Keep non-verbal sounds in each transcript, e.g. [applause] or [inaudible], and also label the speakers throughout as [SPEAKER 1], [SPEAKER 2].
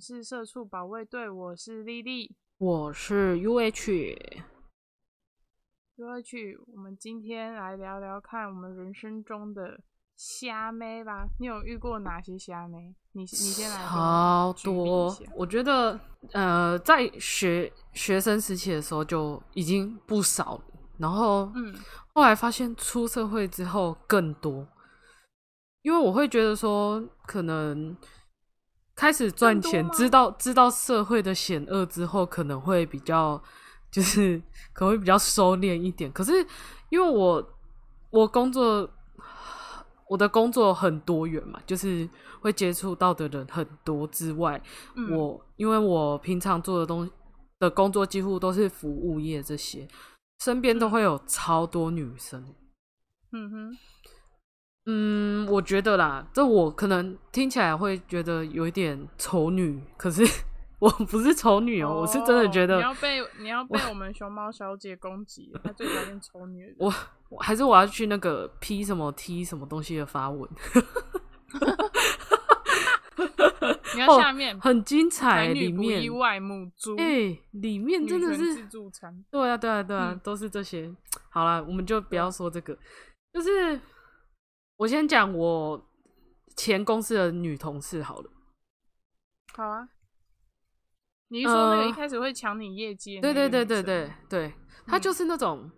[SPEAKER 1] 是社畜保卫队，我是丽丽。
[SPEAKER 2] 我是 UH，
[SPEAKER 1] 各位去，我们今天来聊聊看我们人生中的虾妹吧。你有遇过哪些虾妹？你你先来给
[SPEAKER 2] 超
[SPEAKER 1] 我举例一
[SPEAKER 2] 多
[SPEAKER 1] 下。
[SPEAKER 2] 我觉得，呃，在学学生时期的时候就已经不少了，然后，
[SPEAKER 1] 嗯，
[SPEAKER 2] 后来发现出社会之后更多，因为我会觉得说，可能开始赚
[SPEAKER 1] 更多
[SPEAKER 2] 钱，
[SPEAKER 1] 吗
[SPEAKER 2] 知道知道社会的险恶之后，可能会比较就是可能会比较收敛一点。可是因为我我工作我的工作很多元嘛，就是会接触到的人很多之外，
[SPEAKER 1] 嗯
[SPEAKER 2] 我因为我平常做的东的工作几乎都是服务业这些，身边都会有超多女生。
[SPEAKER 1] 嗯哼，
[SPEAKER 2] 嗯，我觉得啦，这我可能听起来会觉得有一点丑女，可是我不是丑女哦、我是真的觉
[SPEAKER 1] 哦
[SPEAKER 2] 得
[SPEAKER 1] 你要被你要被我们熊猫小姐攻击了，她最讨厌丑女人。
[SPEAKER 2] 我我还是我要去那个 P 什么 T 什么东西的发文，
[SPEAKER 1] 你看
[SPEAKER 2] 哦
[SPEAKER 1] 下面，
[SPEAKER 2] 很精彩、
[SPEAKER 1] 男
[SPEAKER 2] 里
[SPEAKER 1] 女不
[SPEAKER 2] 面
[SPEAKER 1] 意外，母猪，
[SPEAKER 2] 哎、里面
[SPEAKER 1] 女
[SPEAKER 2] 真的
[SPEAKER 1] 权
[SPEAKER 2] 是
[SPEAKER 1] 自助餐。
[SPEAKER 2] 对啊，对啊，对啊，
[SPEAKER 1] 嗯
[SPEAKER 2] 都是这些。好啦，我们就不要说这个。就是我先讲我前公司的女同事好了。
[SPEAKER 1] 好啊。你是说那个
[SPEAKER 2] 呃
[SPEAKER 1] 一开始会抢你业绩的
[SPEAKER 2] 对
[SPEAKER 1] 那个
[SPEAKER 2] 对
[SPEAKER 1] 女生？
[SPEAKER 2] 对对对对，
[SPEAKER 1] 嗯
[SPEAKER 2] 她就是那种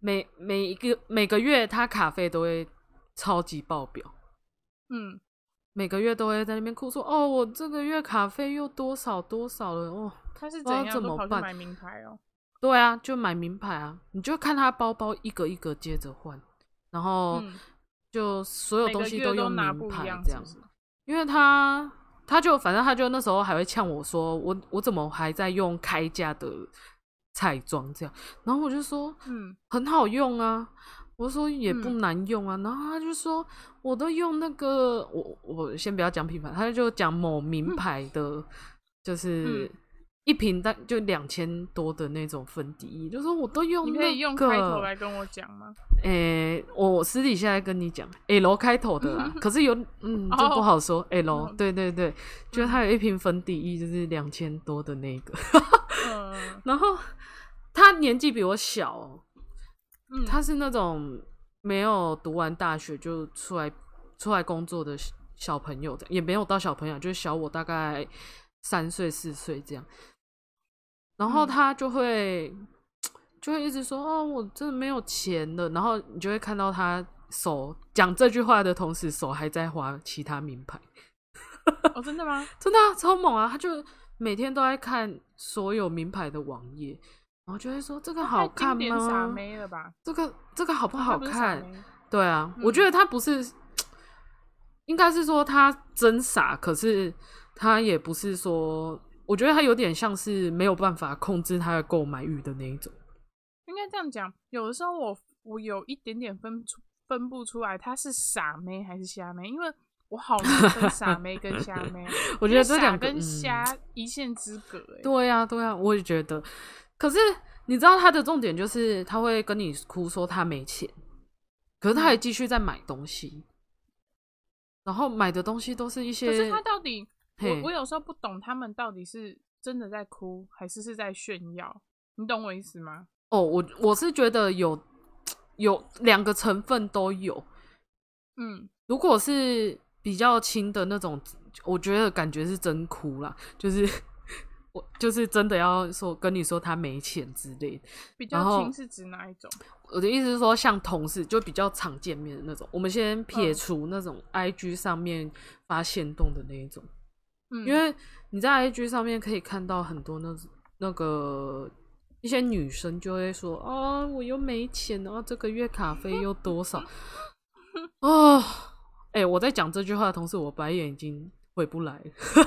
[SPEAKER 2] 每每一个每个月她卡费都会超级爆表，
[SPEAKER 1] 嗯，
[SPEAKER 2] 每个月都会在那边哭说：“哦，我这个月卡费又多少多少了哦。”
[SPEAKER 1] 她是
[SPEAKER 2] 不
[SPEAKER 1] 怎
[SPEAKER 2] 知道
[SPEAKER 1] 样
[SPEAKER 2] 怎
[SPEAKER 1] 都
[SPEAKER 2] 么
[SPEAKER 1] 跑去
[SPEAKER 2] 办
[SPEAKER 1] 买名牌哦？
[SPEAKER 2] 对啊，就买名牌啊，你就看他包包一个一个接着换，然后
[SPEAKER 1] 嗯
[SPEAKER 2] 就所有
[SPEAKER 1] 每个
[SPEAKER 2] 东西
[SPEAKER 1] 月都
[SPEAKER 2] 用
[SPEAKER 1] 拿
[SPEAKER 2] 名
[SPEAKER 1] 不
[SPEAKER 2] 牌
[SPEAKER 1] 一样，
[SPEAKER 2] 这
[SPEAKER 1] 是
[SPEAKER 2] 样
[SPEAKER 1] 不。是？
[SPEAKER 2] 因为他他就反正他就那时候还会呛我说我我怎么还在用开价的彩妆这样，然后我就说
[SPEAKER 1] 嗯，
[SPEAKER 2] 很好用啊。我说也不
[SPEAKER 1] 嗯
[SPEAKER 2] 难用啊，然后他就说我都用那个，我我先不要讲品牌，他就讲某名牌的，就是
[SPEAKER 1] 嗯
[SPEAKER 2] 一瓶但就两千多的那种粉底液，就说我都用
[SPEAKER 1] 你
[SPEAKER 2] 哦那
[SPEAKER 1] 可
[SPEAKER 2] 个。
[SPEAKER 1] 以用开头来跟我讲吗？
[SPEAKER 2] 诶、我私底下来跟你讲，L 开头的
[SPEAKER 1] [laughs]
[SPEAKER 2] 啦，可是有，嗯，
[SPEAKER 1] 哦
[SPEAKER 2] 这不好说。L，、
[SPEAKER 1] 嗯
[SPEAKER 2] 对对对，就是它有一瓶粉底液，就是两千多的那个。
[SPEAKER 1] 嗯
[SPEAKER 2] 然后他年纪比我小、哦，
[SPEAKER 1] 嗯，
[SPEAKER 2] 他是那种没有读完大学就出来出来工作的小小朋友这样，也没有到小朋友，就是小我大概三岁四岁这样。然后
[SPEAKER 1] 嗯
[SPEAKER 2] 他就会、就会一直说：“哦，我真的没有钱了。”然后你就会看到他手讲这句话的同时，手还在划其他名牌。
[SPEAKER 1] 哦，真的吗？
[SPEAKER 2] 真的、啊、超猛啊！他就每天都在看所有名牌的网页，然后就会说这个好
[SPEAKER 1] 太
[SPEAKER 2] 看
[SPEAKER 1] 经典傻
[SPEAKER 2] 吗？
[SPEAKER 1] 妹了吧？
[SPEAKER 2] 这个这个好不
[SPEAKER 1] 她
[SPEAKER 2] 好
[SPEAKER 1] 哦不是傻
[SPEAKER 2] 看？
[SPEAKER 1] 妹嗯
[SPEAKER 2] 对啊，我觉得他不是，应该是说他真傻，可是他也不是说，我觉得他有点像是没有办法控制他的购买欲的那一种。
[SPEAKER 1] 应该这样讲，有的时候我我有一点点分出分不出来她是傻妹还是瞎妹，因为我好难分傻妹跟瞎妹。
[SPEAKER 2] [laughs] 我
[SPEAKER 1] 我
[SPEAKER 2] 觉得这两
[SPEAKER 1] 傻
[SPEAKER 2] 个
[SPEAKER 1] 跟
[SPEAKER 2] 嗯
[SPEAKER 1] 瞎一线之隔、欸，
[SPEAKER 2] 对呀、对呀、啊我也觉得。可是你知道他的重点就是他会跟你哭说他没钱，可是他
[SPEAKER 1] 嗯
[SPEAKER 2] 还继续在买东西，然后买的东西都是一些，
[SPEAKER 1] 可是他到底，
[SPEAKER 2] 嘿
[SPEAKER 1] 我我有时候不懂他们到底是真的在哭，还是是在炫耀，你懂我意思吗？
[SPEAKER 2] 哦，我我是觉得有有两个成分都有。
[SPEAKER 1] 嗯，
[SPEAKER 2] 如果是比较轻的那种，我觉得感觉是真哭啦，就是 [laughs] 我就是真的要说跟你说他没钱之类的。
[SPEAKER 1] 比较
[SPEAKER 2] 然后
[SPEAKER 1] 轻是指哪一种？
[SPEAKER 2] 我的意思是说，像同事就比较常见面的那种，我们先撇除那种 IG 上面发现动的那一种，
[SPEAKER 1] 嗯，
[SPEAKER 2] 因为你在 IG 上面可以看到很多那那个一些女生就会说，哦，我又没钱，然后这个月卡费又多少，哦，哎、我在讲这句话的同时，我白眼已经回不来了。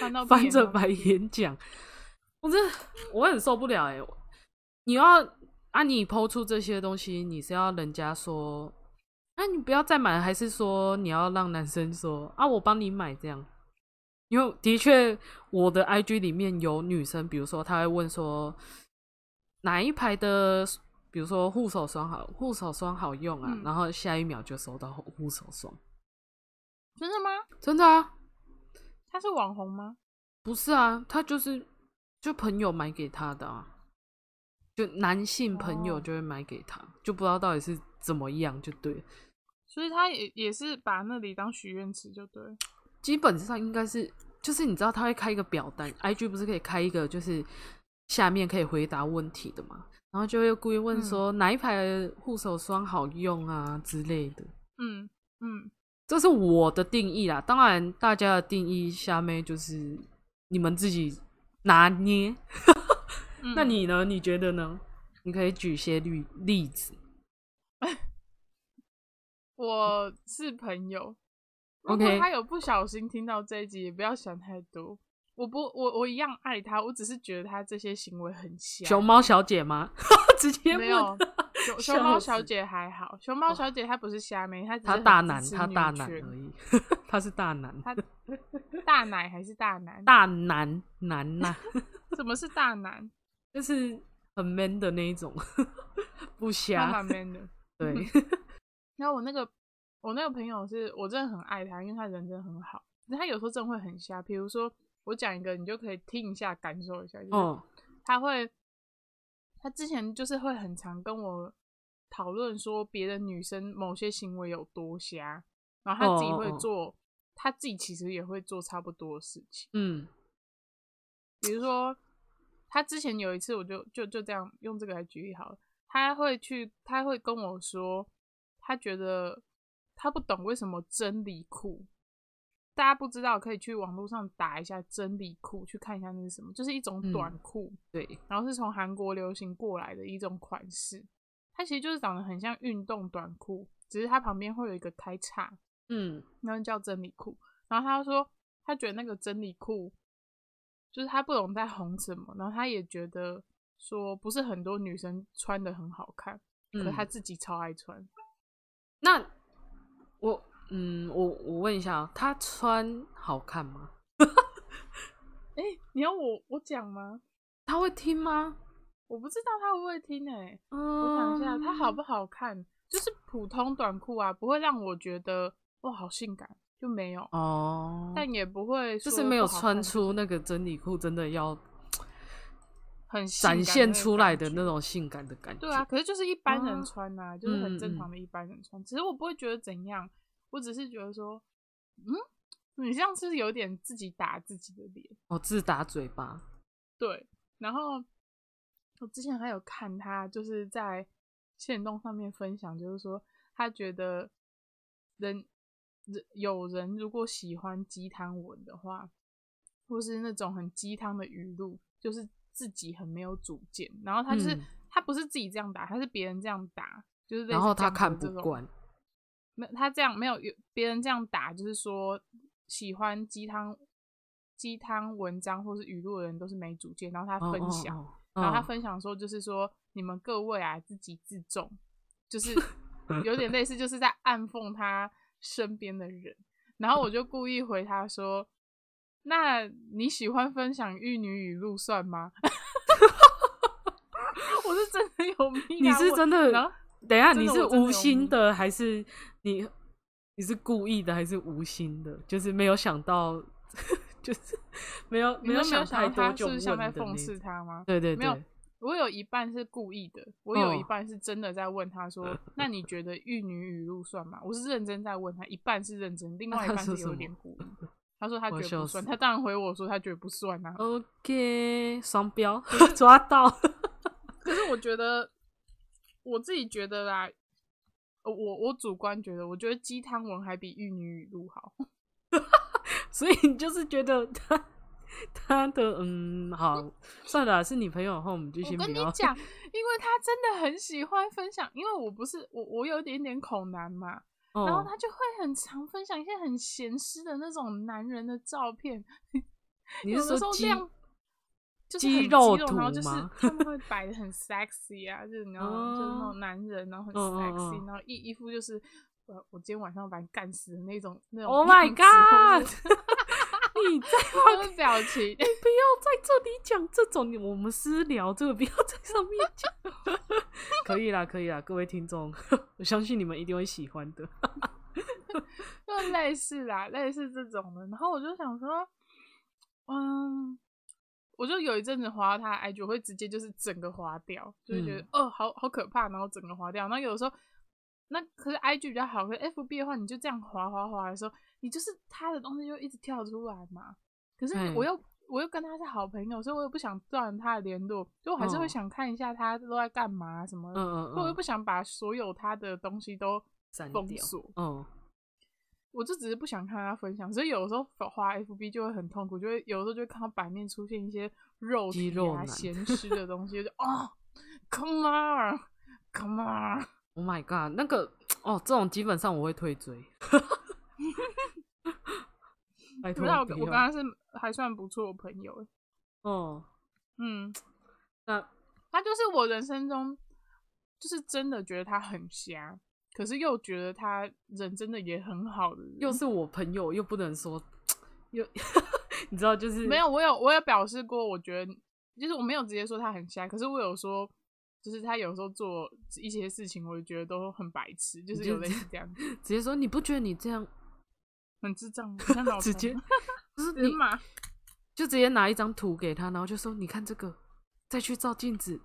[SPEAKER 1] 翻到
[SPEAKER 2] 翻
[SPEAKER 1] 别
[SPEAKER 2] 着
[SPEAKER 1] 人
[SPEAKER 2] 白眼讲，我真的我很受不了哎、我你要啊，你抛出这些东西，你是要人家说，啊，你不要再买了，还是说你要让男生说啊，我帮你买这样？因为的确，我的 IG 里面有女生，比如说她会问说哪一排的，比如说护手霜好，护手霜好用啊，
[SPEAKER 1] 嗯
[SPEAKER 2] 然后下一秒就收到护手霜，
[SPEAKER 1] 真的吗？
[SPEAKER 2] 真的啊，
[SPEAKER 1] 他是网红吗？
[SPEAKER 2] 不是啊，他就是就朋友买给他的啊，就男性朋友
[SPEAKER 1] 哦
[SPEAKER 2] 就会买给他，就不知道到底是怎么样，就对了，
[SPEAKER 1] 所以他也也是把那里当许愿池就对了。
[SPEAKER 2] 基本上应该是就是你知道他会开一个表单，IG 不是可以开一个就是下面可以回答问题的嘛，然后就会故意问说、哪一排的护手霜好用啊之类的，
[SPEAKER 1] 嗯嗯，
[SPEAKER 2] 这是我的定义啦，当然大家的定义下面就是你们自己拿捏。
[SPEAKER 1] 嗯
[SPEAKER 2] [laughs] 那你呢？你觉得呢？你可以举些例例子。
[SPEAKER 1] 我是朋友。如果
[SPEAKER 2] OK
[SPEAKER 1] 他有不小心听到这一集，也不要想太多。我不，我我一样爱他，我只是觉得他这些行为很瞎。
[SPEAKER 2] 熊猫小姐吗？ [laughs] 直接
[SPEAKER 1] 没
[SPEAKER 2] 问
[SPEAKER 1] 有，熊熊
[SPEAKER 2] [laughs] 笑
[SPEAKER 1] 猫
[SPEAKER 2] 死哦
[SPEAKER 1] 小姐还好，熊猫小姐她不是虾妹，她只是
[SPEAKER 2] 她
[SPEAKER 1] 很
[SPEAKER 2] 大男，
[SPEAKER 1] 支持
[SPEAKER 2] 她
[SPEAKER 1] 女
[SPEAKER 2] 大男
[SPEAKER 1] 权
[SPEAKER 2] 而
[SPEAKER 1] [laughs]
[SPEAKER 2] 已，她是大男，
[SPEAKER 1] 她大奶还是大男？
[SPEAKER 2] 大男男呐、
[SPEAKER 1] 什么是大男？
[SPEAKER 2] 就是很 man 的那一种， [laughs] 不
[SPEAKER 1] 他
[SPEAKER 2] 瞎
[SPEAKER 1] 蛮。man 的。
[SPEAKER 2] 对，
[SPEAKER 1] 然后我那个我那个朋友是我真的很爱他，因为他人真的很好。他有时候真的会很瞎，比如说我讲一个，你就可以听一下，感受一下。就是
[SPEAKER 2] 哦，
[SPEAKER 1] 他会，他之前就是会很常跟我讨论说别的女生某些行为有多瞎，然后他自己
[SPEAKER 2] 哦哦
[SPEAKER 1] 会
[SPEAKER 2] 哦
[SPEAKER 1] 做，他自己其实也会做差不多的事情。
[SPEAKER 2] 嗯，
[SPEAKER 1] 比如说，他之前有一次，我就就就这样用这个来举例好了。他会去，他会跟我说，他觉得他不懂为什么真理裤，大家不知道可以去网络上打一下真理裤，去看一下那是什么，就是一种
[SPEAKER 2] 嗯
[SPEAKER 1] 短裤，
[SPEAKER 2] 对，
[SPEAKER 1] 然后是从韩国流行过来的一种款式。它其实就是长得很像运动短裤，只是它旁边会有一个开叉，
[SPEAKER 2] 嗯，
[SPEAKER 1] 那就叫真理裤。然后他说，他觉得那个真理裤，就是他不懂在红什么，然后他也觉得说，不是很多女生穿的很好看，可是
[SPEAKER 2] 嗯
[SPEAKER 1] 他自己超爱穿。
[SPEAKER 2] 那我，嗯，我我问一下哦，她穿好看吗？
[SPEAKER 1] 哎、你要我我讲吗？
[SPEAKER 2] 她会听吗？
[SPEAKER 1] 我不知道他会不会听哎、
[SPEAKER 2] 嗯，
[SPEAKER 1] 我想一下，它好不好看？就是普通短裤啊，不会让我觉得哇好性感，就没有，
[SPEAKER 2] 哦，
[SPEAKER 1] 但也不会
[SPEAKER 2] 就
[SPEAKER 1] 说
[SPEAKER 2] 是没有
[SPEAKER 1] 不好看
[SPEAKER 2] 穿出那个真理裤，真的要
[SPEAKER 1] 很性感
[SPEAKER 2] 展
[SPEAKER 1] 的
[SPEAKER 2] 现
[SPEAKER 1] 那个
[SPEAKER 2] 出
[SPEAKER 1] 感
[SPEAKER 2] 来的
[SPEAKER 1] 觉
[SPEAKER 2] 那种性感的感觉。
[SPEAKER 1] 对啊，，可是就是一般人
[SPEAKER 2] 啊
[SPEAKER 1] 穿呐、就是很
[SPEAKER 2] 嗯
[SPEAKER 1] 正
[SPEAKER 2] 嗯
[SPEAKER 1] 常的一般人穿。只是我不会觉得怎样，我只是觉得说，嗯，你这样是有点自己打自己的脸。
[SPEAKER 2] 哦，自打嘴巴。
[SPEAKER 1] 对，然后我之前还有看他就是在线动上面分享，就是说他觉得人人有人如果喜欢鸡汤文的话，或是那种很鸡汤的语录，就是自己很没有主见，然后他就是、
[SPEAKER 2] 嗯
[SPEAKER 1] 他不是自己这样打，他是别人这样打，就是类
[SPEAKER 2] 然
[SPEAKER 1] 似
[SPEAKER 2] 后
[SPEAKER 1] 这
[SPEAKER 2] 他
[SPEAKER 1] 样子
[SPEAKER 2] 看
[SPEAKER 1] 的
[SPEAKER 2] 不
[SPEAKER 1] 这种
[SPEAKER 2] 惯，
[SPEAKER 1] 没有他这样没有有别人这样打，就是说喜欢鸡汤鸡汤文章或是语录的人都是没主见，然后他
[SPEAKER 2] 哦
[SPEAKER 1] 分
[SPEAKER 2] 哦
[SPEAKER 1] 享，
[SPEAKER 2] 哦
[SPEAKER 1] 然后他
[SPEAKER 2] 嗯
[SPEAKER 1] 分享说就是说你们各位啊自己自重，就是
[SPEAKER 2] [laughs]
[SPEAKER 1] 有点类似就是在暗讽他身边的人，然后我就故意回他说。那你喜欢分享玉女语录算吗？ [laughs] 我是真的有命、啊，
[SPEAKER 2] 你是
[SPEAKER 1] 我
[SPEAKER 2] 真的
[SPEAKER 1] 然后
[SPEAKER 2] 等一下
[SPEAKER 1] 真
[SPEAKER 2] 你
[SPEAKER 1] 的
[SPEAKER 2] 是
[SPEAKER 1] 我真的
[SPEAKER 2] 无
[SPEAKER 1] 有
[SPEAKER 2] 心
[SPEAKER 1] 迷
[SPEAKER 2] 的还是你你是故意的还是无心的？就是没有想到， [laughs] 就是没有
[SPEAKER 1] 你都没
[SPEAKER 2] 有
[SPEAKER 1] 有
[SPEAKER 2] 太
[SPEAKER 1] 想到他
[SPEAKER 2] 多
[SPEAKER 1] 是
[SPEAKER 2] 就
[SPEAKER 1] 不是
[SPEAKER 2] 问
[SPEAKER 1] 像在
[SPEAKER 2] 的
[SPEAKER 1] 讽
[SPEAKER 2] 那
[SPEAKER 1] 刺
[SPEAKER 2] 种。
[SPEAKER 1] 他吗？
[SPEAKER 2] 对对
[SPEAKER 1] 没有
[SPEAKER 2] 对，
[SPEAKER 1] 我有一半是故意的，我有一
[SPEAKER 2] 嗯
[SPEAKER 1] 半是真的在问他说：“那你觉得玉女语录算吗？”我是认真在问他，一半是认真，另
[SPEAKER 2] 那
[SPEAKER 1] 外一
[SPEAKER 2] 他
[SPEAKER 1] 半
[SPEAKER 2] 说
[SPEAKER 1] 是
[SPEAKER 2] 什
[SPEAKER 1] 有
[SPEAKER 2] 么
[SPEAKER 1] 点
[SPEAKER 2] [laughs]
[SPEAKER 1] 故意。他说他
[SPEAKER 2] 我
[SPEAKER 1] 觉得
[SPEAKER 2] 笑
[SPEAKER 1] 不算，
[SPEAKER 2] 死哦
[SPEAKER 1] 他当然回我说他觉得不算啊。
[SPEAKER 2] OK，双标 [laughs] 抓到。
[SPEAKER 1] 可是我觉得，我自己觉得啦，呃我我主观觉得，我觉得鸡汤文还比玉女语录好。
[SPEAKER 2] 所以你就是觉得他他的嗯好，算了啦，是你朋友的话，我们就
[SPEAKER 1] 我
[SPEAKER 2] 先
[SPEAKER 1] 跟
[SPEAKER 2] 不
[SPEAKER 1] 你
[SPEAKER 2] 要。
[SPEAKER 1] 讲，因为他真的很喜欢分享，因为我不是我我有一点点口难嘛，然后
[SPEAKER 2] 哦，
[SPEAKER 1] 他就会很常分享一些很咸湿的那种男人的照片， [laughs]
[SPEAKER 2] 你
[SPEAKER 1] 有
[SPEAKER 2] 是
[SPEAKER 1] 的时
[SPEAKER 2] 说
[SPEAKER 1] 候
[SPEAKER 2] 鸡
[SPEAKER 1] 量就是
[SPEAKER 2] 肌
[SPEAKER 1] 很
[SPEAKER 2] 肉
[SPEAKER 1] 肌然后就是
[SPEAKER 2] 图吗
[SPEAKER 1] 他们会摆的很 sexy 啊，就是你知道吗就是那
[SPEAKER 2] 哦
[SPEAKER 1] 种男人，然后很
[SPEAKER 2] 嗯嗯
[SPEAKER 1] sexy，、
[SPEAKER 2] 嗯
[SPEAKER 1] 然后一一副就是我我今天晚上要把你干死的那种那种
[SPEAKER 2] Oh my
[SPEAKER 1] 样子 [laughs] 或者是
[SPEAKER 2] god！你在
[SPEAKER 1] 那种表情，
[SPEAKER 2] 不要在这里讲这种，你我们私聊这个不要在上面讲。 [laughs] 可以啦，可以啦，各位听众， [laughs] 我相信你们一定会喜欢的。
[SPEAKER 1] 就类似啦，类似这种的。然后我就想说，嗯，我就有一阵子滑到他的 IG，我会直接就是整个滑掉，就是觉得、
[SPEAKER 2] 嗯
[SPEAKER 1] 哦，好好可怕，然后整个滑掉。然后有的时候，那可是 IG 比较好，可是 FB 的话，你就这样滑滑滑的时候，你就是他的东西就一直跳出来嘛。可是
[SPEAKER 2] 嗯
[SPEAKER 1] 我又、我又跟他是好朋友，所以我也不想断他的联络，就我还是会
[SPEAKER 2] 嗯
[SPEAKER 1] 想看一下他都在干嘛什么
[SPEAKER 2] 嗯
[SPEAKER 1] 的。
[SPEAKER 2] [laughs] 嗯
[SPEAKER 1] 我又
[SPEAKER 2] 嗯
[SPEAKER 1] 不，想把所有他的东西都
[SPEAKER 2] 删
[SPEAKER 1] 封
[SPEAKER 2] 掉
[SPEAKER 1] 锁，
[SPEAKER 2] 嗯，
[SPEAKER 1] 我就只是不想看他分享，所以有的时候滑 FB 就会很痛苦，就会有的时候就会看到版面出现一些肉体
[SPEAKER 2] 肌肉
[SPEAKER 1] 啊、
[SPEAKER 2] 男
[SPEAKER 1] 咸湿的东
[SPEAKER 2] [laughs]
[SPEAKER 1] 西，就哦，come on，come
[SPEAKER 2] [laughs]
[SPEAKER 1] on，
[SPEAKER 2] Oh my god，那个哦，这种基本上我会退追。 [laughs] 拜托，
[SPEAKER 1] 那我
[SPEAKER 2] 不
[SPEAKER 1] 我跟
[SPEAKER 2] 要
[SPEAKER 1] 他是还算不错的朋友，欸
[SPEAKER 2] 哦，
[SPEAKER 1] 嗯，
[SPEAKER 2] 那
[SPEAKER 1] 他就是我人生中就是真的觉得他很瞎，可是又觉得他人真的也很好的人，
[SPEAKER 2] 又是我朋友，又不能说又， [laughs] 你知道就是
[SPEAKER 1] 没有，我有我有表示过，我觉得就是我没有直接说他很瞎，可是我有说，就是他有时候做一些事情，我就觉得都很白痴，就是有类似这样，
[SPEAKER 2] 直接说，你不觉得你这样
[SPEAKER 1] 很智障，很像脑
[SPEAKER 2] 直接 [laughs]
[SPEAKER 1] 残
[SPEAKER 2] 不是
[SPEAKER 1] 直接
[SPEAKER 2] 你 [laughs]
[SPEAKER 1] 骂，
[SPEAKER 2] 就直接拿一张图给他，然后就说你看这个，再去照镜子，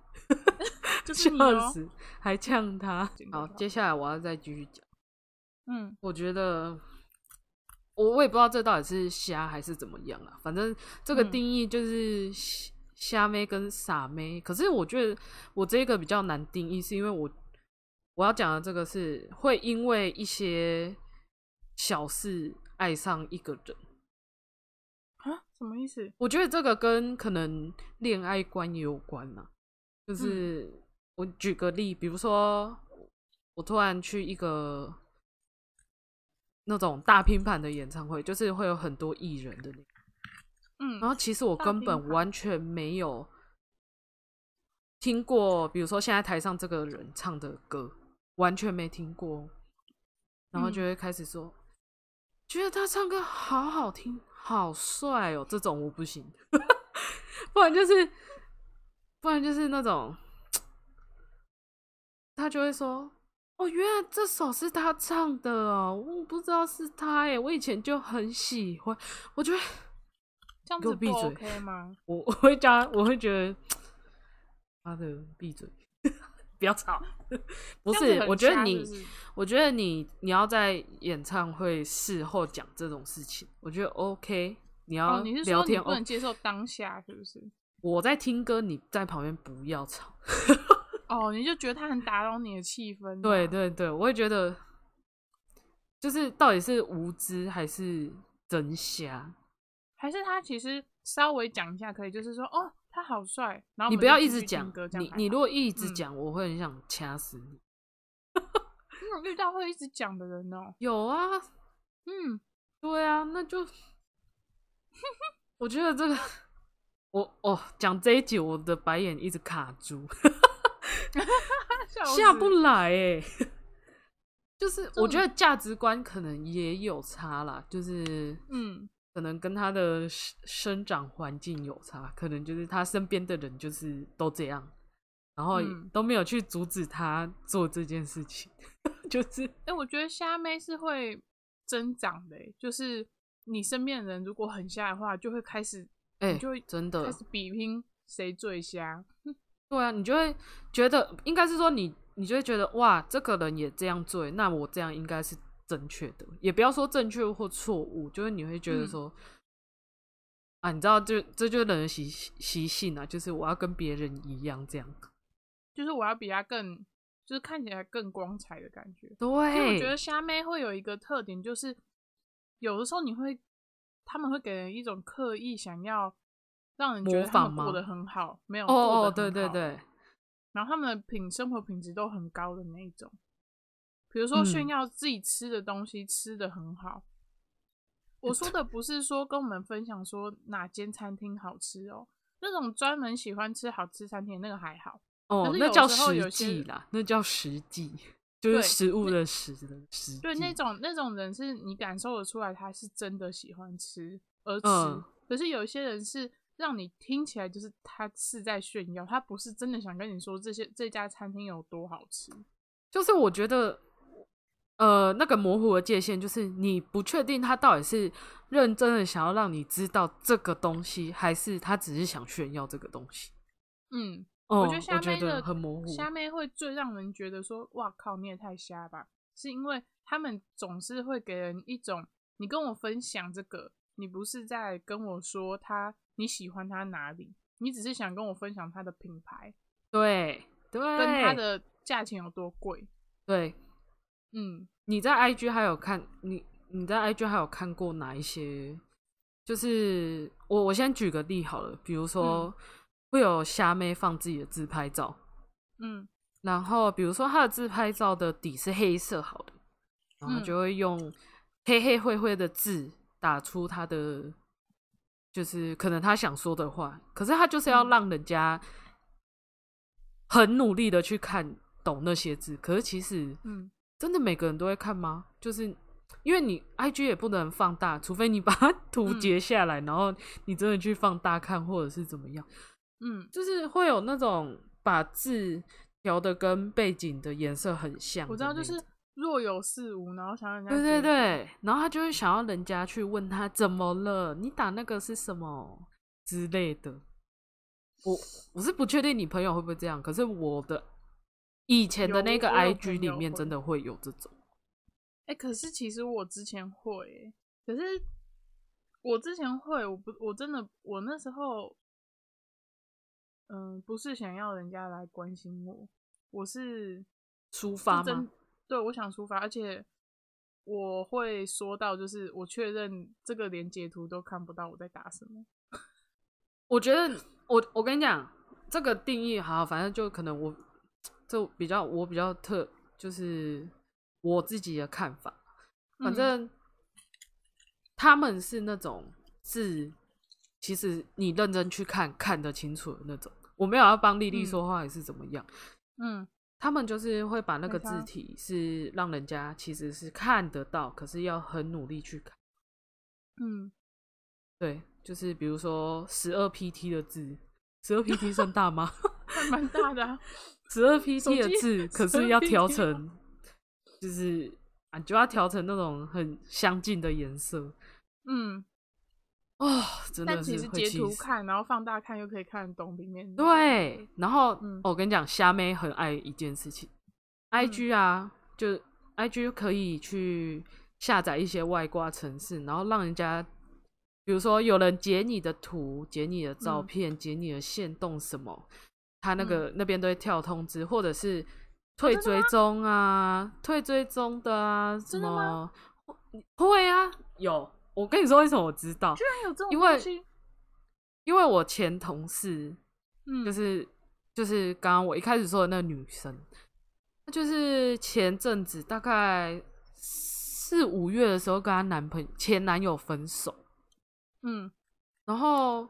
[SPEAKER 1] [laughs] 就是你
[SPEAKER 2] 笑
[SPEAKER 1] 哦，
[SPEAKER 2] 死，还呛他
[SPEAKER 1] 剪。掉
[SPEAKER 2] 好，
[SPEAKER 1] 它
[SPEAKER 2] 接下来我要再继续讲。
[SPEAKER 1] 嗯
[SPEAKER 2] 我觉得，我我也不知道这到底是瞎还是怎么样啊。反正这个
[SPEAKER 1] 嗯
[SPEAKER 2] 定义就是瞎瞎妹跟傻妹。可是我觉得我这个比较难定义，是因为我我要讲的这个是会因为一些小事爱上一个人。
[SPEAKER 1] 啊，什么意思？
[SPEAKER 2] 我觉得这个跟可能恋爱观也有关啊。就是、我举个例，比如说我突然去一个那种大拼盘的演唱会，就是会有很多艺人的那个，
[SPEAKER 1] 嗯
[SPEAKER 2] 然后其实我
[SPEAKER 1] 大
[SPEAKER 2] 根
[SPEAKER 1] 拼
[SPEAKER 2] 本
[SPEAKER 1] 盘
[SPEAKER 2] 完全没有听过，比如说现在台上这个人唱的歌，完全没听过，然后就
[SPEAKER 1] 嗯
[SPEAKER 2] 会开始说。觉得他唱歌好好听，好帅哦！这种我不行， [laughs] 不然就是，不然就是那种，他就会说：“哦，原来这首是他唱的哦，我不知道是他耶，我以前就很喜欢。”我就会，
[SPEAKER 1] 这样
[SPEAKER 2] 给我
[SPEAKER 1] 子
[SPEAKER 2] 闭
[SPEAKER 1] 不
[SPEAKER 2] 嘴
[SPEAKER 1] OK 吗？
[SPEAKER 2] 我 [laughs] 我会叫他，我会觉得，妈的，闭嘴， [laughs] 不要吵。不
[SPEAKER 1] 这样
[SPEAKER 2] 是
[SPEAKER 1] 子，很
[SPEAKER 2] 我觉得
[SPEAKER 1] 瞎
[SPEAKER 2] 你，
[SPEAKER 1] 是不是
[SPEAKER 2] 我觉得你，你要在演唱会事后讲这种事情，我觉得 OK。你要
[SPEAKER 1] 哦，你是
[SPEAKER 2] 聊
[SPEAKER 1] 说你
[SPEAKER 2] 天，
[SPEAKER 1] 不能接受当下是不是？
[SPEAKER 2] 我在听歌，你在旁边不要吵。
[SPEAKER 1] 哦，你就觉得他很打扰你的气氛，
[SPEAKER 2] 对，对对，我也觉得，就是到底是无知还是真瞎？
[SPEAKER 1] 还是他其实稍微讲一下可以，就是说哦，他好帅，然后我
[SPEAKER 2] 你
[SPEAKER 1] 们
[SPEAKER 2] 不要
[SPEAKER 1] 就
[SPEAKER 2] 一
[SPEAKER 1] 继
[SPEAKER 2] 直
[SPEAKER 1] 续听
[SPEAKER 2] 讲
[SPEAKER 1] 歌，这样
[SPEAKER 2] 你
[SPEAKER 1] 还
[SPEAKER 2] 你
[SPEAKER 1] 好
[SPEAKER 2] 如果一直
[SPEAKER 1] 嗯
[SPEAKER 2] 讲，我会很想掐死你。
[SPEAKER 1] [laughs] 你有遇到会一直讲的人哦、
[SPEAKER 2] 有啊，
[SPEAKER 1] 嗯，
[SPEAKER 2] 对啊，那就我觉得这个，我哦，讲这一集我的白眼一直卡住，下
[SPEAKER 1] 笑
[SPEAKER 2] 不
[SPEAKER 1] 死
[SPEAKER 2] 来哎、就是我
[SPEAKER 1] 种
[SPEAKER 2] 觉得价值观可能也有差啦，就是
[SPEAKER 1] 嗯，
[SPEAKER 2] 可能跟他的生生长环境有差，可能就是他身边的人就是都这样，然后
[SPEAKER 1] 嗯
[SPEAKER 2] 都没有去阻止他做这件事情， [laughs] 就是
[SPEAKER 1] 哎、我觉得虾妹是会增长的欸、就是你身边的人如果很瞎的话，就会开始
[SPEAKER 2] 哎、
[SPEAKER 1] 就会
[SPEAKER 2] 真
[SPEAKER 1] 开
[SPEAKER 2] 的
[SPEAKER 1] 始比拼谁最瞎。
[SPEAKER 2] 对啊，你就会觉得应该是说你你就会觉得哇，这个人也这样做，那我这样应该是正确的，也不要说正确或错误，就是你会觉得
[SPEAKER 1] 嗯
[SPEAKER 2] 说。啊，你知道，就这就是人的习习性啊，就是我要跟别人一样这样。
[SPEAKER 1] 就是我要比他更，就是看起来更光彩的感觉。
[SPEAKER 2] 对，
[SPEAKER 1] 因为我觉得虾妹会有一个特点，就是有的时候你会，他们会给人一种刻意想要让人觉得
[SPEAKER 2] 模
[SPEAKER 1] 他
[SPEAKER 2] 仿吗
[SPEAKER 1] 们过得很好，没有
[SPEAKER 2] 哦
[SPEAKER 1] 过
[SPEAKER 2] 哦，
[SPEAKER 1] 得
[SPEAKER 2] 对
[SPEAKER 1] 很
[SPEAKER 2] 对
[SPEAKER 1] 好
[SPEAKER 2] 对，
[SPEAKER 1] 然后他们的品生活品质都很高的那一种，比如说
[SPEAKER 2] 嗯
[SPEAKER 1] 炫耀自己吃的东西吃的很好。我
[SPEAKER 2] 嗯
[SPEAKER 1] 说的不是说跟我们分享说哪间餐厅好吃哦，那种专门喜欢吃好吃餐厅那个还好，
[SPEAKER 2] 哦
[SPEAKER 1] 可，是
[SPEAKER 2] 那
[SPEAKER 1] 有
[SPEAKER 2] 叫
[SPEAKER 1] 时候
[SPEAKER 2] 实
[SPEAKER 1] 有些
[SPEAKER 2] 际
[SPEAKER 1] 人
[SPEAKER 2] 啦，那叫实际，就是
[SPEAKER 1] 对
[SPEAKER 2] 食物的食的实际。
[SPEAKER 1] 对那种那种人是你感受得出来他是真的喜欢吃而吃，
[SPEAKER 2] 嗯
[SPEAKER 1] 可是有些人是让你听起来就是他是在炫耀，他不是真的想跟你说这些这家餐厅有多好吃。
[SPEAKER 2] 就是我觉得呃那个模糊的界限，就是你不确定他到底是认真的想要让你知道这个东西，还是他只是想炫耀这个东西。
[SPEAKER 1] 嗯，
[SPEAKER 2] 哦，
[SPEAKER 1] 我
[SPEAKER 2] 我
[SPEAKER 1] 觉得虾妹的
[SPEAKER 2] 很模糊。
[SPEAKER 1] 虾妹会最让人觉得说，哇靠，你也太瞎吧！是因为他们总是会给人一种，你跟我分享这个，你不是在跟我说他你喜欢他哪里，你只是想跟我分享他的品牌
[SPEAKER 2] 对对，
[SPEAKER 1] 跟他的价钱有多贵。
[SPEAKER 2] 对，
[SPEAKER 1] 嗯，
[SPEAKER 2] 你在 IG 还有看你你在 IG 还有看过哪一些？就是我我先举个例好了，比如说、会有虾妹放自己的自拍照，
[SPEAKER 1] 嗯
[SPEAKER 2] 然后比如说她的自拍照的底是黑色好的，然后
[SPEAKER 1] 嗯
[SPEAKER 2] 就会用黑黑灰灰的字打出她的，就是可能她想说的话，可是她就是要
[SPEAKER 1] 嗯
[SPEAKER 2] 让人家很努力的去看懂那些字，可是其实
[SPEAKER 1] 嗯，
[SPEAKER 2] 真的每个人都会看吗？就是因为你 IG 也不能放大，除非你把它 [laughs] 图
[SPEAKER 1] 嗯
[SPEAKER 2] 截下来，然后你真的去放大看，或者是怎么样，
[SPEAKER 1] 嗯，
[SPEAKER 2] 就是会有那种把字调的跟背景的颜色很像的
[SPEAKER 1] 我
[SPEAKER 2] 那
[SPEAKER 1] 知
[SPEAKER 2] 种。
[SPEAKER 1] 道，就是若有似无，然后想让人家
[SPEAKER 2] 对
[SPEAKER 1] 觉得，
[SPEAKER 2] 对对，然后他就会想要人家去问他怎么了，你打那个是什么之类的。我我是不确定你朋友会不会这样，可是我的以前的
[SPEAKER 1] 有
[SPEAKER 2] 那个
[SPEAKER 1] 我有
[SPEAKER 2] IG
[SPEAKER 1] 朋
[SPEAKER 2] 里
[SPEAKER 1] 友
[SPEAKER 2] 面
[SPEAKER 1] 会
[SPEAKER 2] 真的会有这种。
[SPEAKER 1] 哎、可是其实我之前会欸、可是我之前会，我不，我真的，我那时候，嗯、不是想要人家来关心我，我是
[SPEAKER 2] 抒
[SPEAKER 1] 是
[SPEAKER 2] 发吗
[SPEAKER 1] 真？，对我想抒发，而且我会说到，就是我确认这个连截图都看不到我在打什么，
[SPEAKER 2] 我觉得我我跟你讲，这个定义好，反正就可能我这比较我比较特，就是我自己的看法。反
[SPEAKER 1] 嗯
[SPEAKER 2] 正、他们是那种字，其实你认真去看看得清楚的那种。我没有要帮丽丽
[SPEAKER 1] 嗯
[SPEAKER 2] 说话，还是怎么样？
[SPEAKER 1] 嗯
[SPEAKER 2] 他们就是会把那
[SPEAKER 1] 没
[SPEAKER 2] 个
[SPEAKER 1] 差
[SPEAKER 2] 字体是让人家其实是看得到，可是要很努力去看。
[SPEAKER 1] 嗯，
[SPEAKER 2] 对，就是比如说十二 PT 的字，十二 PT 算大吗？ [laughs]
[SPEAKER 1] 还蛮大的啊、 [laughs]
[SPEAKER 2] 十二
[SPEAKER 1] 手
[SPEAKER 2] PT
[SPEAKER 1] 机
[SPEAKER 2] 的字，可是
[SPEAKER 1] 12
[SPEAKER 2] 要调
[SPEAKER 1] PT
[SPEAKER 2] 成，就是啊，就要调成那种很相近的颜色
[SPEAKER 1] 嗯，
[SPEAKER 2] 哦，真
[SPEAKER 1] 但
[SPEAKER 2] 的
[SPEAKER 1] 其
[SPEAKER 2] 是
[SPEAKER 1] 实
[SPEAKER 2] 会
[SPEAKER 1] 截
[SPEAKER 2] 气
[SPEAKER 1] 图
[SPEAKER 2] 死。
[SPEAKER 1] 看，然后放大看又可以看得懂里面的，
[SPEAKER 2] 对，然后、
[SPEAKER 1] 嗯
[SPEAKER 2] 哦我跟你讲，虾妹很爱一件事情，IG 啊，就 IG 可以去下载一些外挂程式，然后让人家，比如说有人截你的图、截你的照
[SPEAKER 1] 嗯
[SPEAKER 2] 片、截你的线动什么，他
[SPEAKER 1] 嗯
[SPEAKER 2] 那
[SPEAKER 1] 哦
[SPEAKER 2] 个、那边都会跳通知，或者是退追踪啊、退追踪的啊，什
[SPEAKER 1] 真的
[SPEAKER 2] 么
[SPEAKER 1] 吗
[SPEAKER 2] 会啊，有。我跟你说为什么我知道，
[SPEAKER 1] 居然有这种
[SPEAKER 2] 因为
[SPEAKER 1] 东西，
[SPEAKER 2] 因为我前同事
[SPEAKER 1] 嗯，
[SPEAKER 2] 就是就是刚刚我一开始说的那个女生，她就是前阵子大概四五月的时候跟她男朋前男友分手，
[SPEAKER 1] 嗯
[SPEAKER 2] 然后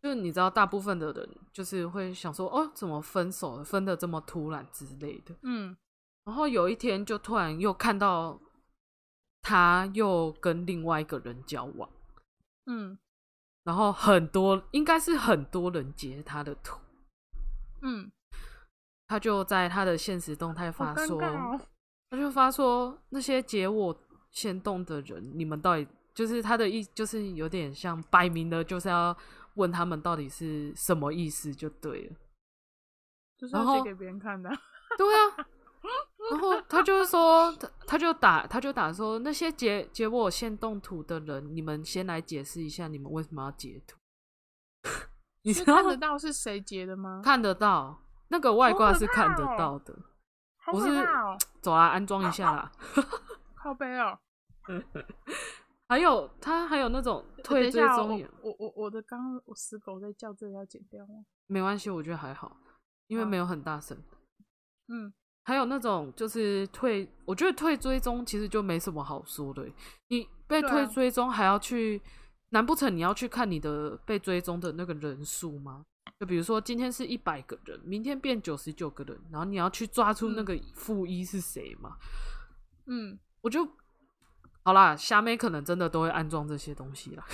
[SPEAKER 2] 就你知道大部分的人就是会想说哦怎么分手了，分的这么突然之类的，
[SPEAKER 1] 嗯
[SPEAKER 2] 然后有一天就突然又看到她又跟另外一个人交往，
[SPEAKER 1] 嗯
[SPEAKER 2] 然后很多应该是很多人截她的图。
[SPEAKER 1] 嗯，
[SPEAKER 2] 他就在他的现实动态
[SPEAKER 1] 好
[SPEAKER 2] 发
[SPEAKER 1] 尴
[SPEAKER 2] 说，
[SPEAKER 1] 尬哦。
[SPEAKER 2] 他就发说那些截我先动的人，你们到底就是他的意，就是有点像摆明的，就是要问他们到底是什么意思就对了。
[SPEAKER 1] 就是
[SPEAKER 2] 然
[SPEAKER 1] 要
[SPEAKER 2] 后
[SPEAKER 1] 写给别人看的啊。
[SPEAKER 2] 对啊， [laughs] 然后他就是说，他他就打他就打说那些截截我先动图的人，你们先来解释一下你们为什么要截图。 [laughs] 你
[SPEAKER 1] 是
[SPEAKER 2] 知道
[SPEAKER 1] 看得到是谁截的吗？
[SPEAKER 2] 看得到那个外
[SPEAKER 1] 好
[SPEAKER 2] 挂
[SPEAKER 1] 可
[SPEAKER 2] 是
[SPEAKER 1] 怕
[SPEAKER 2] 看得
[SPEAKER 1] 哦
[SPEAKER 2] 到的，
[SPEAKER 1] 好
[SPEAKER 2] 我
[SPEAKER 1] 可
[SPEAKER 2] 是
[SPEAKER 1] 怕哦！
[SPEAKER 2] 走啦，安装一下啦。
[SPEAKER 1] 靠背
[SPEAKER 2] [laughs]
[SPEAKER 1] 哦。
[SPEAKER 2] 还有他还有那种退
[SPEAKER 1] [laughs]
[SPEAKER 2] 追
[SPEAKER 1] 等一下哦
[SPEAKER 2] 踪也，
[SPEAKER 1] 我我我的刚刚我死狗在叫，这个要剪掉哦吗？
[SPEAKER 2] 没关系，我觉得还好，因为
[SPEAKER 1] 好
[SPEAKER 2] 没有很大声。
[SPEAKER 1] 嗯
[SPEAKER 2] 还有那种就是退，我觉得退追踪其实就没什么好说的欸。你被
[SPEAKER 1] 对啊
[SPEAKER 2] 退追踪还要去，难不成你要去看你的被追踪的那个人数吗？就比如说今天是一百个人，明天变九十九个人，然后你要去抓出那
[SPEAKER 1] 嗯
[SPEAKER 2] 个负一是谁吗？
[SPEAKER 1] 嗯，
[SPEAKER 2] 我就好啦，虾妹可能真的都会安装这些东西啦，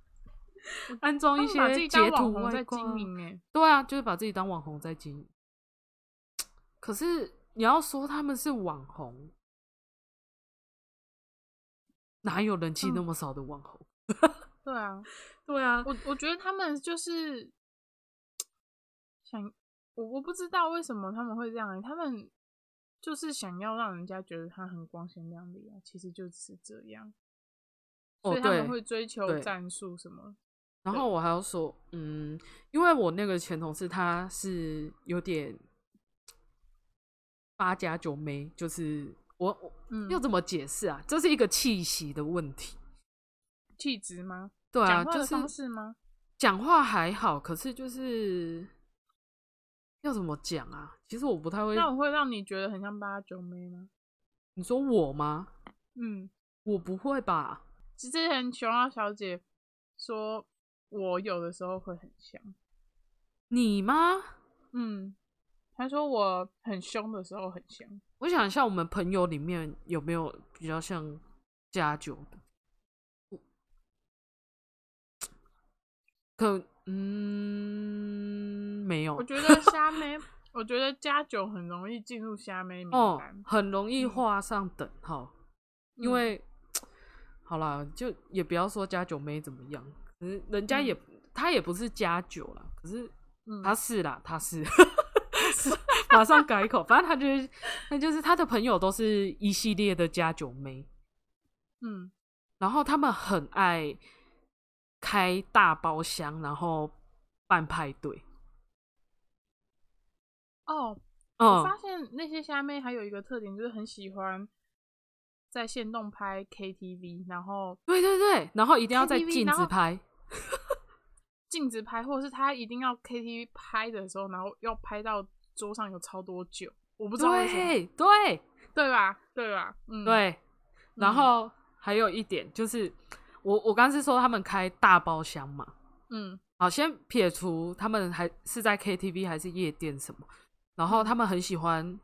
[SPEAKER 2] [laughs] 安
[SPEAKER 1] 他
[SPEAKER 2] 装一
[SPEAKER 1] 们把自
[SPEAKER 2] 些
[SPEAKER 1] 己
[SPEAKER 2] 截
[SPEAKER 1] 当
[SPEAKER 2] 图
[SPEAKER 1] 网红
[SPEAKER 2] 外
[SPEAKER 1] 在
[SPEAKER 2] 挂
[SPEAKER 1] 经营哎。
[SPEAKER 2] 对啊，就是把自己当网红在经营。可是你要说他们是网红，哪有人气那么少的网红？
[SPEAKER 1] 嗯对啊，
[SPEAKER 2] 对啊，
[SPEAKER 1] 我我觉得他们就是想，我我不知道为什么他们会这样、欸，他们就是想要让人家觉得他很光鲜亮丽啊，其实就只是这样，
[SPEAKER 2] 哦
[SPEAKER 1] 所以他
[SPEAKER 2] 对
[SPEAKER 1] 们，会追求
[SPEAKER 2] 对
[SPEAKER 1] 战术什么。
[SPEAKER 2] 然后我还要说，嗯，因为我那个前同事他是有点八加九妹，就是我我
[SPEAKER 1] 嗯，
[SPEAKER 2] 要怎么解释啊？这是一个气息的问题，
[SPEAKER 1] 气质吗？
[SPEAKER 2] 对
[SPEAKER 1] 讲
[SPEAKER 2] 啊，
[SPEAKER 1] 话
[SPEAKER 2] 就
[SPEAKER 1] 的
[SPEAKER 2] 是
[SPEAKER 1] 方式吗？
[SPEAKER 2] 讲话还好，可是就是要怎么讲啊？其实我不太会。
[SPEAKER 1] 那我会让你觉得很像八九妹吗？
[SPEAKER 2] 你说我吗？
[SPEAKER 1] 嗯，
[SPEAKER 2] 我不会吧？
[SPEAKER 1] 之前琼瑶小姐说，我有的时候会很像。
[SPEAKER 2] 你吗？
[SPEAKER 1] 嗯，她说我很凶的时候很像。
[SPEAKER 2] 我想一下，我们朋友里面有没有比较像加九的？我可嗯，没有
[SPEAKER 1] 我觉得虾妹，我觉得加九很容易进入虾妹名
[SPEAKER 2] 哦
[SPEAKER 1] 单，，
[SPEAKER 2] 很容易画上等号，因
[SPEAKER 1] 嗯
[SPEAKER 2] 为好啦，就也不要说加九妹怎么样，可是人家也、她也不是加九啦，可是
[SPEAKER 1] 嗯
[SPEAKER 2] 他是啦，他是，马上改口。反正他就是，他就是他的朋友都是一系列的加九妹，
[SPEAKER 1] 嗯
[SPEAKER 2] 然后他们很爱开大包厢，然后办派对。
[SPEAKER 1] 哦，我
[SPEAKER 2] 嗯
[SPEAKER 1] 发，现那些虾妹还有一个特点，就是很喜欢在线动拍 KTV，然后
[SPEAKER 2] 对对对，然后一定要在
[SPEAKER 1] KTV
[SPEAKER 2] 镜
[SPEAKER 1] 然
[SPEAKER 2] 子
[SPEAKER 1] 后
[SPEAKER 2] 拍，
[SPEAKER 1] 镜子拍，或者是她一定要 KTV 拍的时候，然后要拍到桌上有超多酒，我不知道为什么，
[SPEAKER 2] 对对
[SPEAKER 1] 对吧？对吧？嗯，，
[SPEAKER 2] 对，然后还有一点就是，我我刚是说他们开大包厢嘛，
[SPEAKER 1] 嗯
[SPEAKER 2] 好，先撇除他们还是在 KTV 还是夜店什么，然
[SPEAKER 1] 嗯
[SPEAKER 2] 后他们很喜欢，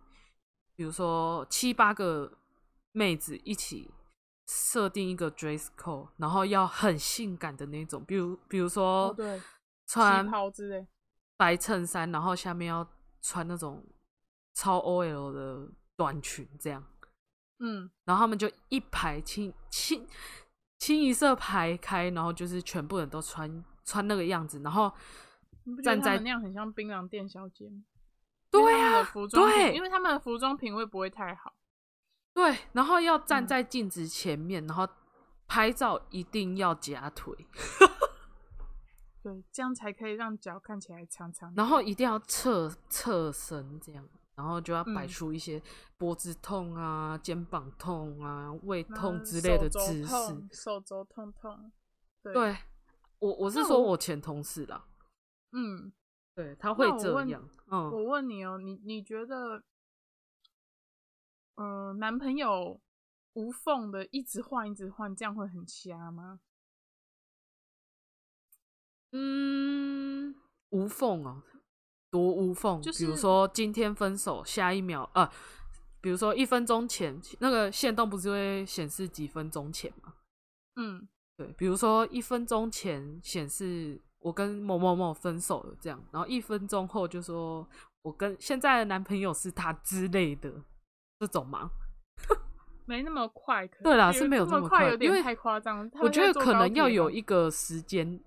[SPEAKER 2] 比如说七八个妹子一起设定一个 dress code，然后要很性感的那种，比如比如说、
[SPEAKER 1] 哦对
[SPEAKER 2] 穿
[SPEAKER 1] 旗袍之类
[SPEAKER 2] 白衬衫，然后下面要穿那种超 OL 的短裙这样，
[SPEAKER 1] 嗯，
[SPEAKER 2] 然后他们就一排清清清一色排开，然后就是全部人都穿穿那个样子，然后
[SPEAKER 1] 你不觉
[SPEAKER 2] 站
[SPEAKER 1] 得他
[SPEAKER 2] 在
[SPEAKER 1] 们那样很像槟榔店小姐吗？因为
[SPEAKER 2] 对
[SPEAKER 1] 他们
[SPEAKER 2] 啊
[SPEAKER 1] 的，服装品
[SPEAKER 2] 对
[SPEAKER 1] 因为他们的服装品味不会太好。
[SPEAKER 2] 对，然后要站
[SPEAKER 1] 嗯
[SPEAKER 2] 在镜子前面，然后拍照一定要夹腿，
[SPEAKER 1] 对，这样才可以让脚看起来长长的。
[SPEAKER 2] 然后一定要侧侧身这样，然后就要摆
[SPEAKER 1] 嗯
[SPEAKER 2] 出一些脖子痛啊、肩膀痛啊、胃
[SPEAKER 1] 那
[SPEAKER 2] 痛之类的
[SPEAKER 1] 手肘
[SPEAKER 2] 姿势
[SPEAKER 1] 痛。手肘痛痛。对，
[SPEAKER 2] 对，我我是
[SPEAKER 1] 那
[SPEAKER 2] 说
[SPEAKER 1] 我
[SPEAKER 2] 我前同事啦，
[SPEAKER 1] 嗯，
[SPEAKER 2] 对他会
[SPEAKER 1] 那我
[SPEAKER 2] 这
[SPEAKER 1] 问
[SPEAKER 2] 样，嗯，
[SPEAKER 1] 我问你哦，你你觉得，嗯、男朋友无缝的一直换一直换，这样会很瞎吗？
[SPEAKER 2] 嗯，无缝哦，多无缝。
[SPEAKER 1] 就
[SPEAKER 2] 比如
[SPEAKER 1] 是
[SPEAKER 2] 说今天分手，下一秒呃，比如说一分钟前那个线动不是会显示几分钟前嘛？
[SPEAKER 1] 嗯
[SPEAKER 2] 对，比如说一分钟前显示我跟某某某分手了这样，然后一分钟后就说我跟现在的男朋友是他之类的这种吗？
[SPEAKER 1] 没那么快，可
[SPEAKER 2] 对啦
[SPEAKER 1] 有
[SPEAKER 2] 是没有这
[SPEAKER 1] 这
[SPEAKER 2] 么
[SPEAKER 1] 快，
[SPEAKER 2] 快
[SPEAKER 1] 有
[SPEAKER 2] 因为
[SPEAKER 1] 点太夸张了。他
[SPEAKER 2] 我
[SPEAKER 1] 们
[SPEAKER 2] 觉
[SPEAKER 1] 在
[SPEAKER 2] 得
[SPEAKER 1] 坐
[SPEAKER 2] 可
[SPEAKER 1] 高
[SPEAKER 2] 能要
[SPEAKER 1] 铁
[SPEAKER 2] 有
[SPEAKER 1] 吗
[SPEAKER 2] 一个时间，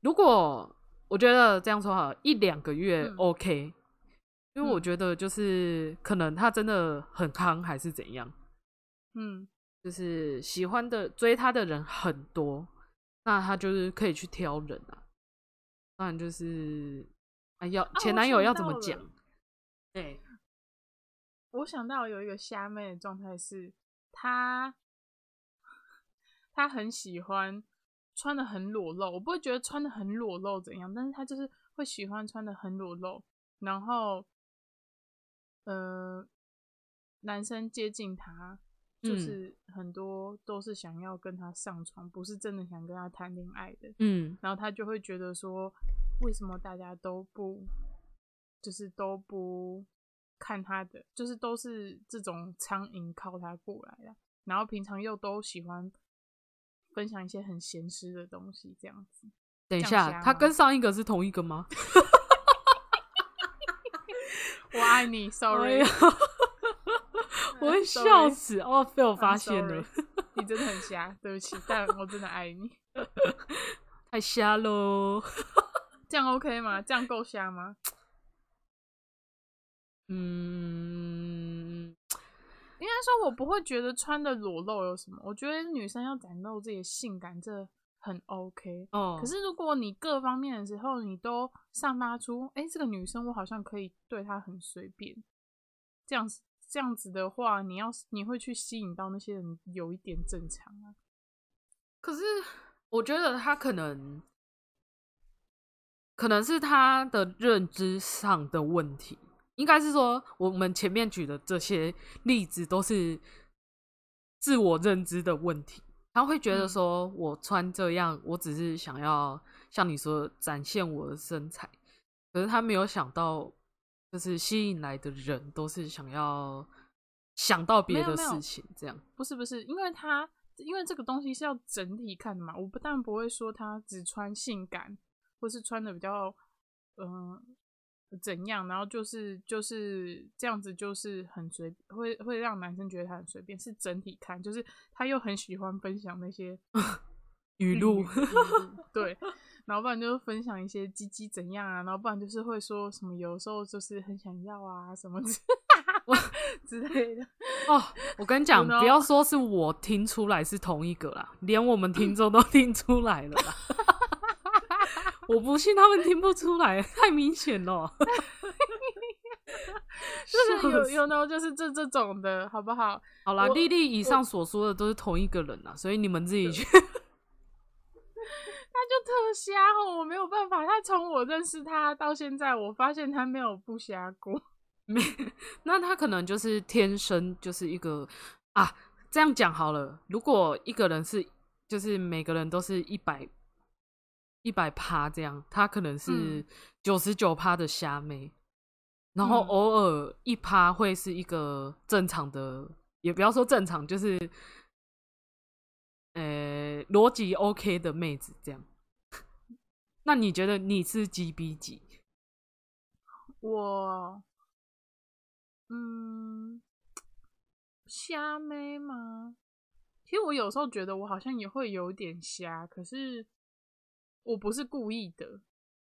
[SPEAKER 2] 如果我觉得这样说好了，一两个月
[SPEAKER 1] 嗯
[SPEAKER 2] OK，、因为我
[SPEAKER 1] 嗯
[SPEAKER 2] 觉得就是可能他真的很夯还是怎样，
[SPEAKER 1] 嗯
[SPEAKER 2] 就是喜欢的追他的人很多，那他就是可以去挑人啊，当然就是啊要前
[SPEAKER 1] 我
[SPEAKER 2] 男友
[SPEAKER 1] 想
[SPEAKER 2] 要怎
[SPEAKER 1] 到
[SPEAKER 2] 么
[SPEAKER 1] 了
[SPEAKER 2] 讲，对，
[SPEAKER 1] 我想到有一个虾妹的状态是，她她很喜欢穿的很裸露，我不会觉得穿的很裸露怎样，但是她就是会喜欢穿的很裸露，然后呃，男生接近她，就
[SPEAKER 2] 嗯
[SPEAKER 1] 是很多都是想要跟她上床，不是真的想跟她谈恋爱的，
[SPEAKER 2] 嗯
[SPEAKER 1] 然后她就会觉得说，为什么大家都不，就是都不看她的，就是都是这种苍蝇靠她过来的，然后平常又都喜欢分享一些很咸湿的东西，这样子。
[SPEAKER 2] 等一
[SPEAKER 1] 这样
[SPEAKER 2] 下，
[SPEAKER 1] 瞎
[SPEAKER 2] 他
[SPEAKER 1] 吗
[SPEAKER 2] 跟上一个是同一个吗？
[SPEAKER 1] 我爱你 [laughs]
[SPEAKER 2] 哎
[SPEAKER 1] 哎，sorry 哎
[SPEAKER 2] 呀。哎我会
[SPEAKER 1] Sorry
[SPEAKER 2] 笑死哦，被我发
[SPEAKER 1] I'm
[SPEAKER 2] 现了，
[SPEAKER 1] sorry [laughs] 你真的很瞎，对不起，但我真的爱你。
[SPEAKER 2] 太瞎喽。
[SPEAKER 1] 这样 OK 吗？这样够瞎吗？
[SPEAKER 2] 嗯，
[SPEAKER 1] 应该说，我不会觉得穿的裸露有什么。我觉得女生要展露自己的性感，这很 OK。
[SPEAKER 2] 哦，
[SPEAKER 1] 可是如果你各方面的时候，你都散发出，哎、这个女生我好像可以对她很随便，这样子这样子的话，你要你会去吸引到那些人，有一点正常啊。
[SPEAKER 2] 可是我觉得他可能，可能是他的认知上的问题。应该是说，我们前面举的这些例子都是自我认知的问题。他会觉得
[SPEAKER 1] 嗯
[SPEAKER 2] 说，我穿这样，我只是想要像你说的展现我的身材，可是他没有想到，就是吸引来的人都是想要想到别
[SPEAKER 1] 没有
[SPEAKER 2] 的
[SPEAKER 1] 没有
[SPEAKER 2] 事情，这样。
[SPEAKER 1] 不是不是，因为他因为这个东西是要整体看的嘛，我不但不会说他只穿性感，或是穿的比较嗯、呃怎样，然后就是就是这样子，就是很随，会会让男生觉得他很随便，是整体看，就是他又很喜欢分享那些嗯
[SPEAKER 2] 语录， [laughs]
[SPEAKER 1] 对，然后不然就是分享一些鸡鸡怎样啊，然后不然就是会说什么有时候就是很想要啊什么
[SPEAKER 2] [laughs]
[SPEAKER 1] 之之类的。
[SPEAKER 2] 哦，我跟你讲，
[SPEAKER 1] You know？
[SPEAKER 2] 不要说是我听出来是同一个啦，连我们听众都 [laughs] 听出来了啦。我不信他们听不出来，太明显了。
[SPEAKER 1] 就是
[SPEAKER 2] 笑
[SPEAKER 1] 有
[SPEAKER 2] 死
[SPEAKER 1] 有呢，就是这这种的好不好？
[SPEAKER 2] 好啦，
[SPEAKER 1] 我
[SPEAKER 2] 丽丽以上所说的都是同一个人啦，所以你们自己去。
[SPEAKER 1] 他就特瞎哦，我没有办法。他从我认识他到现在，我发现他没有不瞎过。
[SPEAKER 2] 那他可能就是天生就是一个啊，这样讲好了。如果一个人是就是每个人都是一百一百趴这样，他可能是
[SPEAKER 1] 嗯
[SPEAKER 2] 九十九趴的虾妹，然后
[SPEAKER 1] 嗯
[SPEAKER 2] 偶尔一趴会是一个正常的，也不要说正常，就是呃逻辑 OK 的妹子这样。 [laughs] 那你觉得你是几比几？
[SPEAKER 1] 我，嗯，瞎妹吗？其实我有时候觉得我好像也会有点瞎，可是我不是故意的。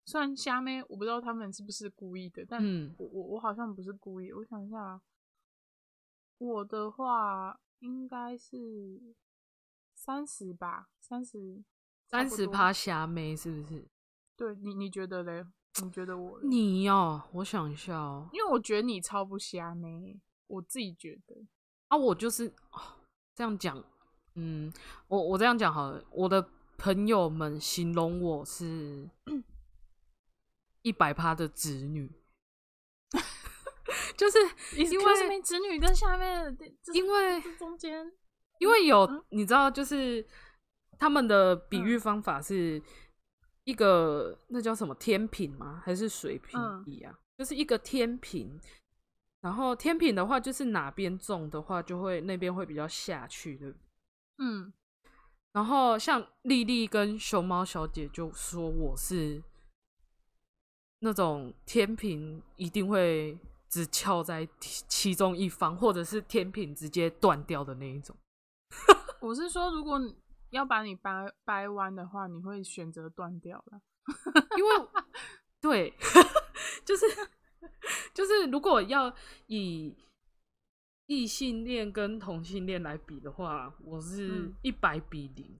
[SPEAKER 1] 虽然瞎妹，我不知道他们是不是故意的，但
[SPEAKER 2] 嗯
[SPEAKER 1] 我我我好像不是故意。我想一下啊，我的话应该是三十吧，三十，
[SPEAKER 2] 三十趴虾妹是不是？
[SPEAKER 1] 对你你觉得嘞？你觉得我嘞？
[SPEAKER 2] 你哦，我想一下哦，
[SPEAKER 1] 因为我觉得你超不瞎妹，欸我自己觉得。
[SPEAKER 2] 啊，我就是、哦、这样讲，嗯，我我这样讲好了，我的朋友们形容我是一百趴的直女， [laughs] 就是因
[SPEAKER 1] 因
[SPEAKER 2] 为
[SPEAKER 1] 为子女跟下面的，这
[SPEAKER 2] 因为
[SPEAKER 1] 这中间，
[SPEAKER 2] 因为有、你知道，就是他们的比喻方法是一个、那叫什么天平吗？还是水平
[SPEAKER 1] 嗯
[SPEAKER 2] 仪啊？就是一个天平，然后天平的话，就是哪边重的话，就会那边会比较下去，对不对？
[SPEAKER 1] 嗯
[SPEAKER 2] 然后像丽丽跟熊猫小姐就说我是那种天平一定会只翘在其其中一方，或者是天平直接断掉的那一种。
[SPEAKER 1] 我是说，如果你要把你掰掰弯的话，你会选择断掉了。
[SPEAKER 2] 因为对，就是就是，如果要以异性恋跟同性恋来比的话，我是
[SPEAKER 1] 嗯
[SPEAKER 2] 一百比零、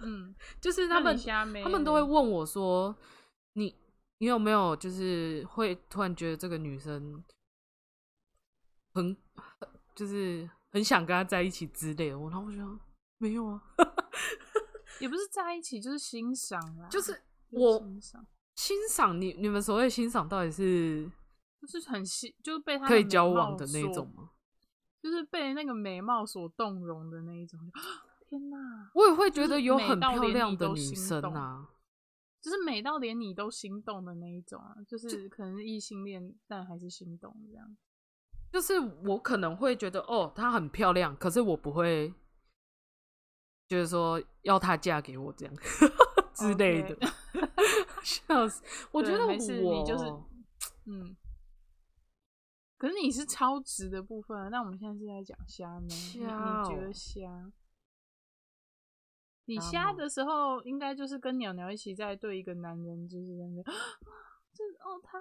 [SPEAKER 1] 嗯，
[SPEAKER 2] 就是他们
[SPEAKER 1] 瞎妹，
[SPEAKER 2] 他们都会问我说，你你有没有就是会突然觉得这个女生很就是很想跟她在一起之类的，我然后我就想没有啊，
[SPEAKER 1] 也不是在一起，就是欣赏啦，
[SPEAKER 2] 就
[SPEAKER 1] 就
[SPEAKER 2] 是
[SPEAKER 1] 是
[SPEAKER 2] 我
[SPEAKER 1] 欣赏，
[SPEAKER 2] 欣赏你你们所谓欣赏到底是
[SPEAKER 1] 就是很欣，就是被他
[SPEAKER 2] 可以交往的那种，吗？
[SPEAKER 1] 就是被那个美貌所动容的那一种。 [gasps] 就天哪，
[SPEAKER 2] 我也会觉
[SPEAKER 1] 就
[SPEAKER 2] 得
[SPEAKER 1] 是
[SPEAKER 2] 有
[SPEAKER 1] 美
[SPEAKER 2] 很
[SPEAKER 1] 到
[SPEAKER 2] 漂
[SPEAKER 1] 连你
[SPEAKER 2] 亮的
[SPEAKER 1] 都
[SPEAKER 2] 女
[SPEAKER 1] 心
[SPEAKER 2] 生
[SPEAKER 1] 动
[SPEAKER 2] 啊，
[SPEAKER 1] 就是美到连你都心动的那一种啊，就是可能是异性恋，但还是心动这样。
[SPEAKER 2] 就是我可能会觉得哦，她很漂亮，可是我不会觉得说要她嫁给我这样 [laughs] 之类的
[SPEAKER 1] OK
[SPEAKER 2] 笑死！我觉
[SPEAKER 1] 对
[SPEAKER 2] 得我
[SPEAKER 1] 没事你就是嗯，可是你是超值的部分、啊，那我们现在是在讲虾呢？你你觉
[SPEAKER 2] 虾哦
[SPEAKER 1] 得虾？你
[SPEAKER 2] 虾
[SPEAKER 1] 虾
[SPEAKER 2] 吗
[SPEAKER 1] 的时候，应该就是跟鸟鸟一起在对一个男人，就是在那边，这哦他，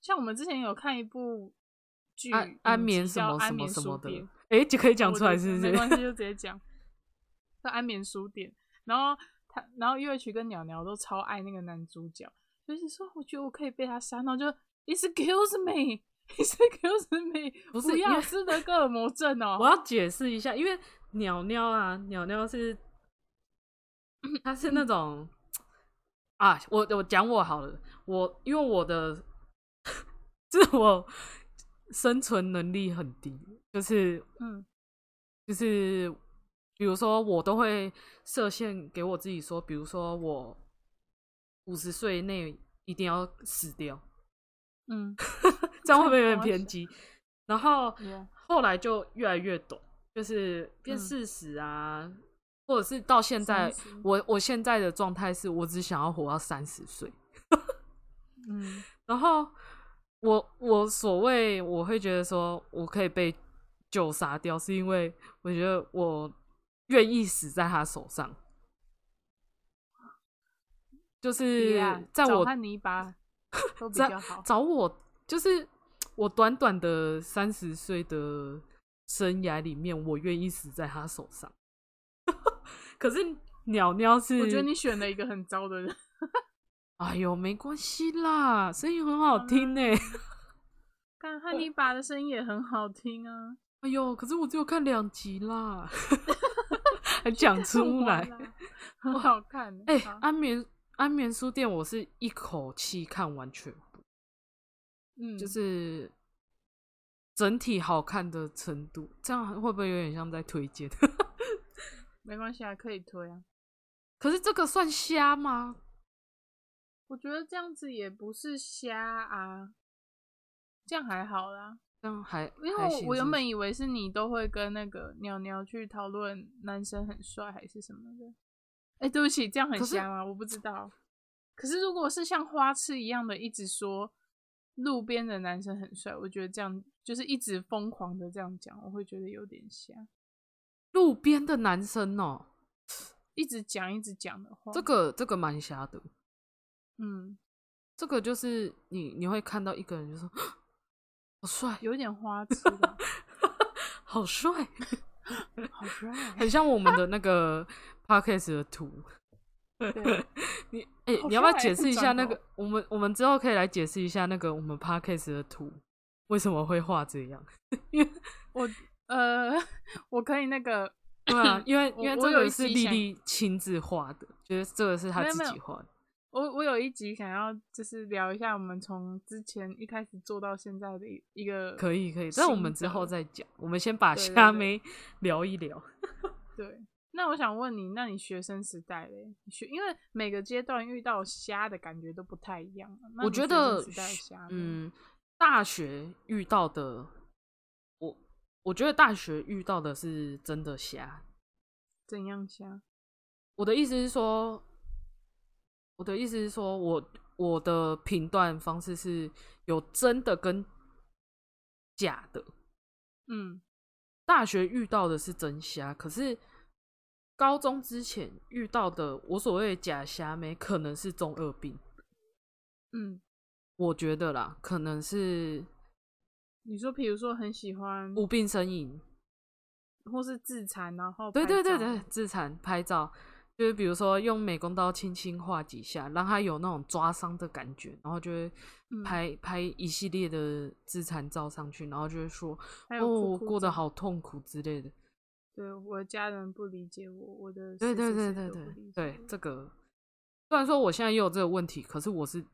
[SPEAKER 1] 像我们之前有看一部剧，
[SPEAKER 2] 安安
[SPEAKER 1] 影
[SPEAKER 2] 眠
[SPEAKER 1] 集
[SPEAKER 2] 什
[SPEAKER 1] 叫
[SPEAKER 2] 么什
[SPEAKER 1] 安
[SPEAKER 2] 么
[SPEAKER 1] 眠
[SPEAKER 2] 什
[SPEAKER 1] 书
[SPEAKER 2] 么的
[SPEAKER 1] 店，
[SPEAKER 2] 哎、就可以讲
[SPEAKER 1] 我
[SPEAKER 2] 出来
[SPEAKER 1] 的
[SPEAKER 2] 是不
[SPEAKER 1] 没关
[SPEAKER 2] 是？
[SPEAKER 1] 系，就直接讲。在安眠书店，然后他，然后月曲跟鸟鸟都超爱那个男主角，就是说我觉得我可以被他杀，然后就 Excuse me。Excuse me， [laughs] 不
[SPEAKER 2] 不是因
[SPEAKER 1] 要
[SPEAKER 2] 为
[SPEAKER 1] 斯德哥尔摩症哦、
[SPEAKER 2] 我要解释一下，因为鸟鸟啊，鸟鸟是，它是那种啊，我我讲我好了，我因为我的 [laughs] 自我生存能力很低，就是
[SPEAKER 1] 嗯
[SPEAKER 2] 就是比如说我都会设限给我自己说，比如说我五十岁内一定要死掉，
[SPEAKER 1] 嗯，
[SPEAKER 2] 这样会不会有点
[SPEAKER 1] 我
[SPEAKER 2] 偏
[SPEAKER 1] 想
[SPEAKER 2] 激？然后
[SPEAKER 1] Yeah
[SPEAKER 2] 后来就越来越懂，就是变
[SPEAKER 1] 啊嗯
[SPEAKER 2] 四十啊，或者是到现在
[SPEAKER 1] 30，
[SPEAKER 2] 我我现在的状态是我只想要活到三十岁。
[SPEAKER 1] 嗯
[SPEAKER 2] 然后我我所谓我会觉得说我可以被救杀掉，是因为我觉得我愿意死在他手上，就是
[SPEAKER 1] ，Yeah，
[SPEAKER 2] 在
[SPEAKER 1] 找
[SPEAKER 2] 我
[SPEAKER 1] 和泥
[SPEAKER 2] [laughs]
[SPEAKER 1] 巴都比
[SPEAKER 2] 在
[SPEAKER 1] 较好。
[SPEAKER 2] 找我，就是我短短的三十岁的生涯里面，我愿意死在他手上。 [laughs] 可是鸟鸟是，
[SPEAKER 1] 我觉得你选了一个很糟的人，
[SPEAKER 2] 哎呦，没关系啦，声音很好听
[SPEAKER 1] 嗯
[SPEAKER 2] 欸 [laughs] 呢、
[SPEAKER 1] 看汉尼拔的声音也很好听啊，
[SPEAKER 2] 哎呦，可是我只有看两集啦， [laughs]
[SPEAKER 1] [laughs]
[SPEAKER 2] 还讲出
[SPEAKER 1] 很
[SPEAKER 2] 来
[SPEAKER 1] 完。啦很好看。
[SPEAKER 2] [laughs] 哎、
[SPEAKER 1] 好
[SPEAKER 2] 安眠安眠书店，我是一口气看完全部，
[SPEAKER 1] 嗯，
[SPEAKER 2] 就是整体好看的程度，这样会不会有点像在推荐？
[SPEAKER 1] 没关系啊，可以推啊。
[SPEAKER 2] 可是这个算瞎吗？
[SPEAKER 1] 我觉得这样子也不是瞎啊，这样还好啦。
[SPEAKER 2] 这样还
[SPEAKER 1] 因为
[SPEAKER 2] 还
[SPEAKER 1] 我
[SPEAKER 2] 行
[SPEAKER 1] 我
[SPEAKER 2] 是
[SPEAKER 1] 原
[SPEAKER 2] 不
[SPEAKER 1] 本
[SPEAKER 2] 是
[SPEAKER 1] 以为是你都会跟那个鸟鸟去讨论男生很帅还是什么的。哎、对不起，这样很
[SPEAKER 2] 可是
[SPEAKER 1] 瞎吗？我不知道。可是如果是像花痴一样的一直说路边的男生很帅，我觉得这样就是一直疯狂的这样讲，我会觉得有点瞎。
[SPEAKER 2] 路边的男生哦、
[SPEAKER 1] 一直讲一直讲的话，
[SPEAKER 2] 这个这个蛮瞎的，
[SPEAKER 1] 嗯，
[SPEAKER 2] 这个就是你你会看到一个人就说 [gasps] 好帅，
[SPEAKER 1] 有点花痴
[SPEAKER 2] [laughs]
[SPEAKER 1] 吧，
[SPEAKER 2] 好帅， [laughs]
[SPEAKER 1] 好帅。
[SPEAKER 2] 很像我们的那个 [laughs] podcast 的图。
[SPEAKER 1] 对，
[SPEAKER 2] 你哎、
[SPEAKER 1] 好
[SPEAKER 2] 你要不
[SPEAKER 1] 帅
[SPEAKER 2] 要
[SPEAKER 1] 哦
[SPEAKER 2] 解释一下
[SPEAKER 1] 转
[SPEAKER 2] 那
[SPEAKER 1] 头
[SPEAKER 2] 个？我们我们之后可以来解释一下那个我们 podcast 的图为什么会画这样？
[SPEAKER 1] 我呃， [laughs] 我可以那个
[SPEAKER 2] 对啊，因为因
[SPEAKER 1] 我
[SPEAKER 2] 为
[SPEAKER 1] 我
[SPEAKER 2] 这
[SPEAKER 1] 有
[SPEAKER 2] 个
[SPEAKER 1] 一
[SPEAKER 2] 是
[SPEAKER 1] 集
[SPEAKER 2] 丽
[SPEAKER 1] 想
[SPEAKER 2] 丽亲自画的，就是这个是她
[SPEAKER 1] 没有
[SPEAKER 2] 自
[SPEAKER 1] 没有
[SPEAKER 2] 己画的。
[SPEAKER 1] 我我有一集想要就是聊一下我们从之前一开始做到现在的一一个
[SPEAKER 2] 可以可以，但我
[SPEAKER 1] 心
[SPEAKER 2] 们之后
[SPEAKER 1] 得
[SPEAKER 2] 再讲，我们先把
[SPEAKER 1] 对对
[SPEAKER 2] 虾
[SPEAKER 1] 对
[SPEAKER 2] 妹聊一聊。
[SPEAKER 1] 对。那我想问你，那你学生时代嘞？你学因为每个阶段遇到虾的感觉都不太一样啊。那
[SPEAKER 2] 我
[SPEAKER 1] 你
[SPEAKER 2] 觉
[SPEAKER 1] 学
[SPEAKER 2] 得
[SPEAKER 1] 生时代的
[SPEAKER 2] 学
[SPEAKER 1] 虾，，
[SPEAKER 2] 嗯，大学遇到的，我我觉得大学遇到的是真的瞎。
[SPEAKER 1] 怎样虾？
[SPEAKER 2] 我的意思是说，我的意思是说我我的评断方式是有真的跟假的。
[SPEAKER 1] 嗯
[SPEAKER 2] 大学遇到的是真瞎，可是高中之前遇到的我所谓的假瞎妹，可能是中二病。
[SPEAKER 1] 嗯，
[SPEAKER 2] 我觉得啦，可能是
[SPEAKER 1] 你说比如说很喜欢，
[SPEAKER 2] 无病呻吟，
[SPEAKER 1] 或是自残，然后
[SPEAKER 2] 对
[SPEAKER 1] 拍
[SPEAKER 2] 对对
[SPEAKER 1] 照
[SPEAKER 2] 对，自残拍照，就是比如说用美工刀轻轻划几下，让他有那种抓伤的感觉，然后就会
[SPEAKER 1] 嗯
[SPEAKER 2] 拍、拍一系列的自残照上去，然后就会说
[SPEAKER 1] 还有哭
[SPEAKER 2] 哦，
[SPEAKER 1] 哭
[SPEAKER 2] 过得
[SPEAKER 1] 照
[SPEAKER 2] 好痛苦之类的。
[SPEAKER 1] 对，我的家人不理解我，我的谁
[SPEAKER 2] 对对
[SPEAKER 1] 谁谁
[SPEAKER 2] 对对
[SPEAKER 1] 都
[SPEAKER 2] 对
[SPEAKER 1] 不理解
[SPEAKER 2] 对，
[SPEAKER 1] 我
[SPEAKER 2] 这个虽然说我现在也有这个问题，可是
[SPEAKER 1] [laughs]
[SPEAKER 2] 我是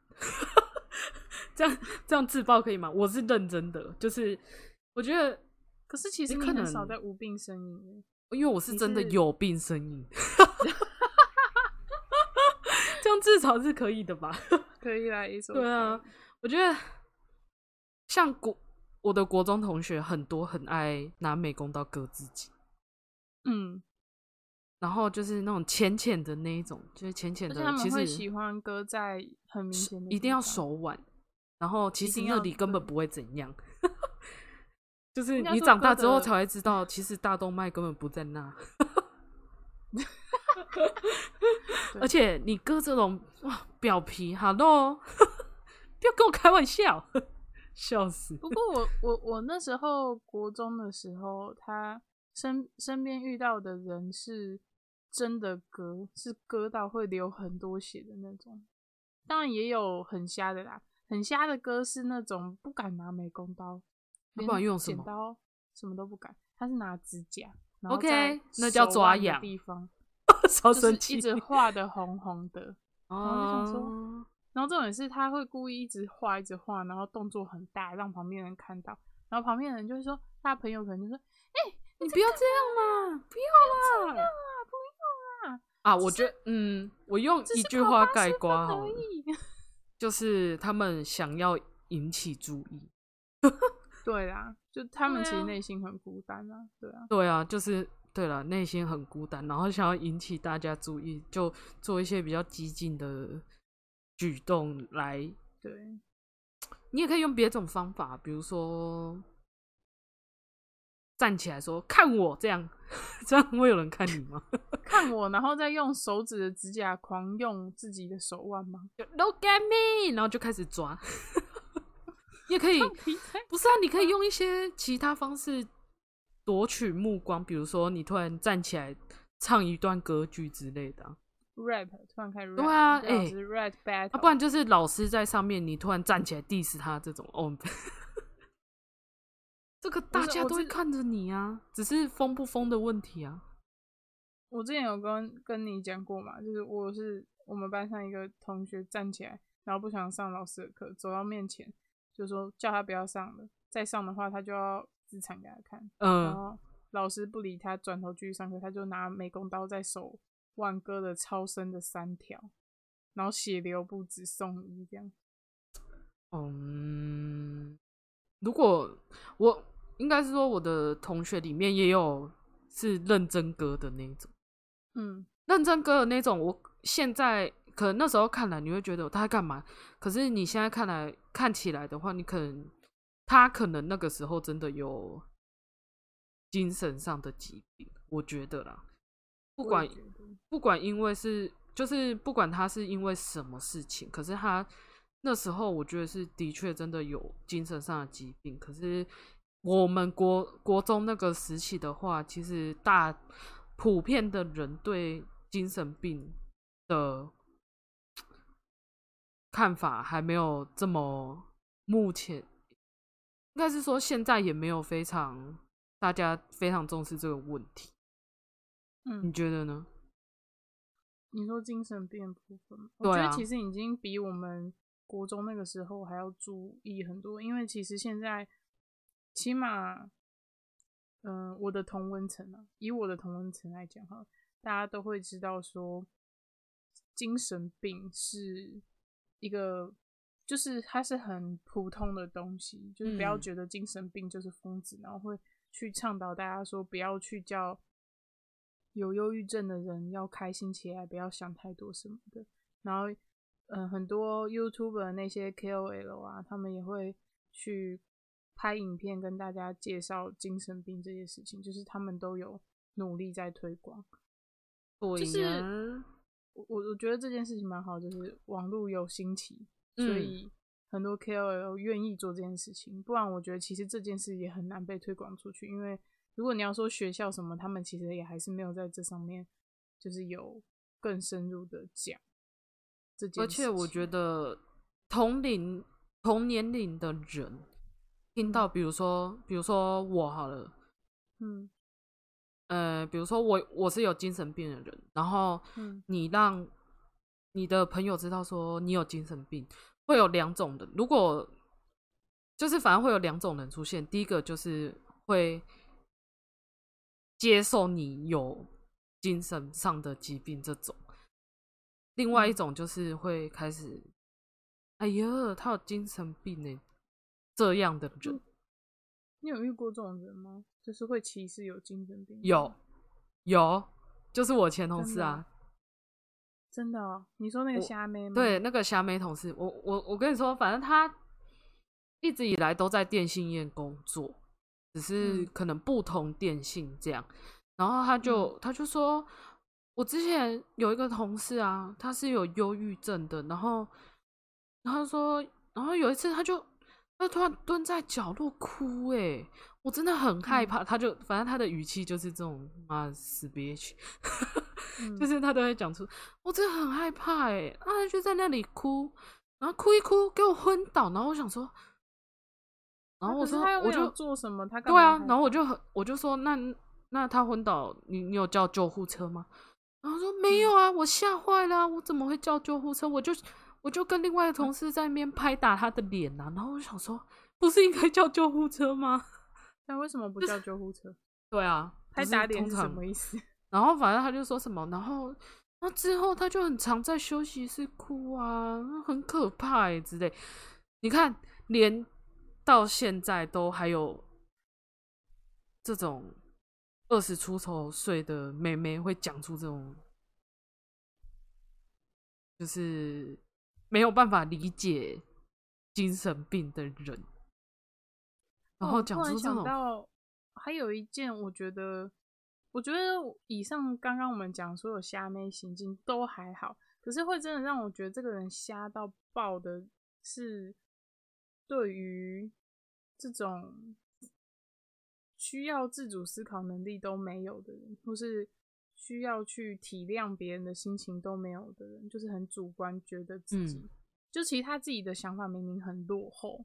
[SPEAKER 2] 这样这样自爆可以吗？我是认真的，就是我觉得，
[SPEAKER 1] 可是其实
[SPEAKER 2] 你
[SPEAKER 1] 你
[SPEAKER 2] 可
[SPEAKER 1] 很少
[SPEAKER 2] 能
[SPEAKER 1] 在无病呻吟耶，
[SPEAKER 2] 因为我是
[SPEAKER 1] 你
[SPEAKER 2] 真的
[SPEAKER 1] 是
[SPEAKER 2] 有病呻吟。这样至少是可以的吧？
[SPEAKER 1] 可以啦，一首
[SPEAKER 2] 对啊，我觉得像国我的国中同学很多很爱拿美工刀割自己，
[SPEAKER 1] 嗯，
[SPEAKER 2] 然后就是那种浅浅的那一种，就是浅浅
[SPEAKER 1] 而
[SPEAKER 2] 的
[SPEAKER 1] 且他，们
[SPEAKER 2] 其
[SPEAKER 1] 会
[SPEAKER 2] 实
[SPEAKER 1] 喜欢割在很明显的，
[SPEAKER 2] 一定要手，腕，然后
[SPEAKER 1] 嗯
[SPEAKER 2] 其
[SPEAKER 1] 一
[SPEAKER 2] 实
[SPEAKER 1] 定
[SPEAKER 2] 那
[SPEAKER 1] 要
[SPEAKER 2] 里根本
[SPEAKER 1] 对
[SPEAKER 2] 不会怎样。 [laughs] 就是
[SPEAKER 1] 应该
[SPEAKER 2] 你
[SPEAKER 1] 说
[SPEAKER 2] 长大
[SPEAKER 1] 哥
[SPEAKER 2] 之后
[SPEAKER 1] 的
[SPEAKER 2] 才会知道，其实大动脉根本不
[SPEAKER 1] [laughs]
[SPEAKER 2] 在那。而且你割这种哇表皮，hello，不要跟我开玩笑，,笑
[SPEAKER 1] [laughs]
[SPEAKER 2] 死！
[SPEAKER 1] 不过我我我那时候国中的时候，他身身边遇到的人是真的割，是割到会流很多血的那种。当然也有很瞎的啦，很瞎的割是那种不敢拿美工刀，
[SPEAKER 2] 那
[SPEAKER 1] 连
[SPEAKER 2] 不然用什
[SPEAKER 1] 剪
[SPEAKER 2] 么
[SPEAKER 1] 刀什么都不敢，他是拿指甲。然后
[SPEAKER 2] OK，
[SPEAKER 1] 在
[SPEAKER 2] 那叫
[SPEAKER 1] 手
[SPEAKER 2] 抓
[SPEAKER 1] 腕的
[SPEAKER 2] 痒
[SPEAKER 1] 地
[SPEAKER 2] [laughs]
[SPEAKER 1] 方
[SPEAKER 2] 超
[SPEAKER 1] 就是
[SPEAKER 2] 生气
[SPEAKER 1] 一直画的红红的，后就想说
[SPEAKER 2] 哦，
[SPEAKER 1] 然后重点是他会故意一直画，一直画，然后动作很大，让旁边人看到。然后旁边人就会说，他的朋友可能就说
[SPEAKER 2] 你不要这样啦，不要
[SPEAKER 1] 啊
[SPEAKER 2] 啦！：“啊，我觉得，嗯，我用
[SPEAKER 1] 这
[SPEAKER 2] 一
[SPEAKER 1] 是
[SPEAKER 2] 句
[SPEAKER 1] 跑
[SPEAKER 2] 话
[SPEAKER 1] 八
[SPEAKER 2] 概
[SPEAKER 1] 十
[SPEAKER 2] 括
[SPEAKER 1] 分
[SPEAKER 2] 好
[SPEAKER 1] 而
[SPEAKER 2] 了，
[SPEAKER 1] 已。
[SPEAKER 2] [laughs] 就是他们想要引起注意。”
[SPEAKER 1] [laughs] 对啦，就他们
[SPEAKER 2] 对
[SPEAKER 1] 其
[SPEAKER 2] 啊
[SPEAKER 1] 实内心很孤单啊，对啊，
[SPEAKER 2] 对啊，就是对了，内心很孤单，然后想要引起大家注意，就做一些比较激进的举动来。
[SPEAKER 1] 对，
[SPEAKER 2] 你也可以用别种方法，比如说站起来说“看我”这样，这样会有人看你吗
[SPEAKER 1] 看我，然后再用手指的指甲狂用自己的手腕吗？
[SPEAKER 2] 就？Look at me，然后就开始抓。 [laughs] 你也
[SPEAKER 1] [laughs]
[SPEAKER 2] 可以，不是啊，你可以用一些其他方式夺取目光，比如说你突然站起来唱一段歌剧之类的啊、
[SPEAKER 1] rap 突然开始 rap，
[SPEAKER 2] 对啊
[SPEAKER 1] 最好
[SPEAKER 2] 哎
[SPEAKER 1] 是 rap battle，、
[SPEAKER 2] 啊，不然就是老师在上面，你突然站起来 diss 他这种哦， [laughs] 这个大家
[SPEAKER 1] 我
[SPEAKER 2] 都会
[SPEAKER 1] 这
[SPEAKER 2] 看着你啊，只是疯不疯的问题啊。
[SPEAKER 1] 我之前有跟跟你讲过嘛，就是我是我们班上一个同学站起来，然后不想上老师的课，走到面前就说叫他不要上了，再上的话他就要资产给他看，然
[SPEAKER 2] 嗯，
[SPEAKER 1] 后老师不理他，转头继续上课，他就拿美工刀在手腕割了超深的三条，然后血流不止，送医这样。
[SPEAKER 2] 嗯，哦如果我应该是说我的同学里面也有是认真哥的那一种，
[SPEAKER 1] 嗯，
[SPEAKER 2] 认真哥的那种，我现在可能那时候看来你会觉得他在干嘛，可是你现在看来看起来的话，你可能他可能那个时候真的有精神上的疾病，我觉得啦，不
[SPEAKER 1] 我也
[SPEAKER 2] 管
[SPEAKER 1] 觉得
[SPEAKER 2] 不管因为是就是不管他是因为什么事情，可是他那时候我觉得是的确真的有精神上的疾病。可是我们国国中那个时期的话，其实大普遍的人对精神病的看法还没有这么目前，应该是说现在也没有非常大家非常重视这个问题。你
[SPEAKER 1] 嗯，
[SPEAKER 2] 觉得呢？
[SPEAKER 1] 你说精神病的部分吗，
[SPEAKER 2] 对
[SPEAKER 1] 我觉
[SPEAKER 2] 啊
[SPEAKER 1] 得其实已经比我们国中那个时候还要注意很多，因为其实现在起码，嗯、我的同温层啊，以我的同温层来讲哈，大家都会知道说，精神病是一个。就是它是很普通的东西，就是不要
[SPEAKER 2] 嗯
[SPEAKER 1] 觉得精神病就是疯子，然后会去倡导大家说不要去叫有忧郁症的人要开心起来，不要想太多什么的。然后，嗯，很多 YouTuber 那些 KOL 啊，他们也会去拍影片跟大家介绍精神病这些事情，就是他们都有努力在推广。
[SPEAKER 2] 对
[SPEAKER 1] 就是
[SPEAKER 2] 呀
[SPEAKER 1] 我我我觉得这件事情蛮好，就是网络有兴起，所
[SPEAKER 2] 嗯
[SPEAKER 1] 以很多 KOL 愿意做这件事情。不然，我觉得其实这件事也很难被推广出去，因为如果你要说学校什么，他们其实也还是没有在这上面就是有更深入的讲这件
[SPEAKER 2] 而
[SPEAKER 1] 事情。
[SPEAKER 2] 且我觉得同龄同年龄的人听到，比如说，比如说我好了，
[SPEAKER 1] 嗯，
[SPEAKER 2] 呃，比如说我我是有精神病的人，然后
[SPEAKER 1] 嗯
[SPEAKER 2] 你让你的朋友知道说你有精神病，会有两种人，如果就是反正会有两种人出现，第一个就是会接受你有精神上的疾病这种，另外一
[SPEAKER 1] 嗯
[SPEAKER 2] 种就是会开始，哎呀，他有精神病呢、这样的
[SPEAKER 1] 嗯
[SPEAKER 2] 人。
[SPEAKER 1] 你有遇过这种人吗？就是会歧视有精神病？
[SPEAKER 2] 有，有，就是我前同
[SPEAKER 1] 真
[SPEAKER 2] 事
[SPEAKER 1] 的
[SPEAKER 2] 啊，
[SPEAKER 1] 真的、哦？你说那个
[SPEAKER 2] 我
[SPEAKER 1] 虾妹吗？
[SPEAKER 2] 对，，那个霞美同事，我我我跟你说，反正他一直以来都在电信业工作，只是
[SPEAKER 1] 嗯
[SPEAKER 2] 可能不同电信这样。然后他就、他就说，我之前有一个同事啊，他是有忧郁症的，然后然后他说，然后有一次他就他突然蹲在角落哭、欸，我真的很害
[SPEAKER 1] 嗯
[SPEAKER 2] 怕。他就反正他的语气就是这种啊死 bitch，
[SPEAKER 1] 嗯
[SPEAKER 2] 就是他都会讲出，我真的很害怕哎、欸，啊他就在那里哭，然后哭一哭给我昏倒，然后我想说，然
[SPEAKER 1] 啊
[SPEAKER 2] 后我
[SPEAKER 1] 可是
[SPEAKER 2] 说
[SPEAKER 1] 他又没
[SPEAKER 2] 我
[SPEAKER 1] 有
[SPEAKER 2] 就
[SPEAKER 1] 做什么他干
[SPEAKER 2] 对
[SPEAKER 1] 嘛欸
[SPEAKER 2] 啊
[SPEAKER 1] 害，
[SPEAKER 2] 然后我就很我就说那那他昏倒，你你有叫救护车吗？然后说
[SPEAKER 1] 嗯
[SPEAKER 2] 没有啊，我吓坏了啊、我怎么会叫救护车？我就我就跟另外的
[SPEAKER 1] 嗯
[SPEAKER 2] 同事在那边拍打他的脸呐、啊，然后我想说不是应该叫救护车吗？
[SPEAKER 1] 那为什么不叫救护车？
[SPEAKER 2] 对啊，
[SPEAKER 1] 拍
[SPEAKER 2] 不是
[SPEAKER 1] 打脸
[SPEAKER 2] 通
[SPEAKER 1] 是什
[SPEAKER 2] 常
[SPEAKER 1] 么意思？
[SPEAKER 2] 然后反正他就说什么，然后那之后他就很常在休息室哭啊，很可怕欸之类。你看，连到现在都还有这种二十出头岁的妹妹会讲出这种，就是没有办法理解精神病的人，然后
[SPEAKER 1] 哦
[SPEAKER 2] 讲
[SPEAKER 1] 突
[SPEAKER 2] 出
[SPEAKER 1] 然
[SPEAKER 2] 这
[SPEAKER 1] 想
[SPEAKER 2] 种
[SPEAKER 1] 到，还有一件，我觉得，我觉得以上刚刚我们讲所有虾妹行径都还好，可是会真的让我觉得这个人瞎到爆的是，对于这种需要自主思考能力都没有的人，或是需要去体谅别人的心情都没有的人，就是很主观，觉得自己、
[SPEAKER 2] 嗯
[SPEAKER 1] 就其实他自己的想法明明很落后，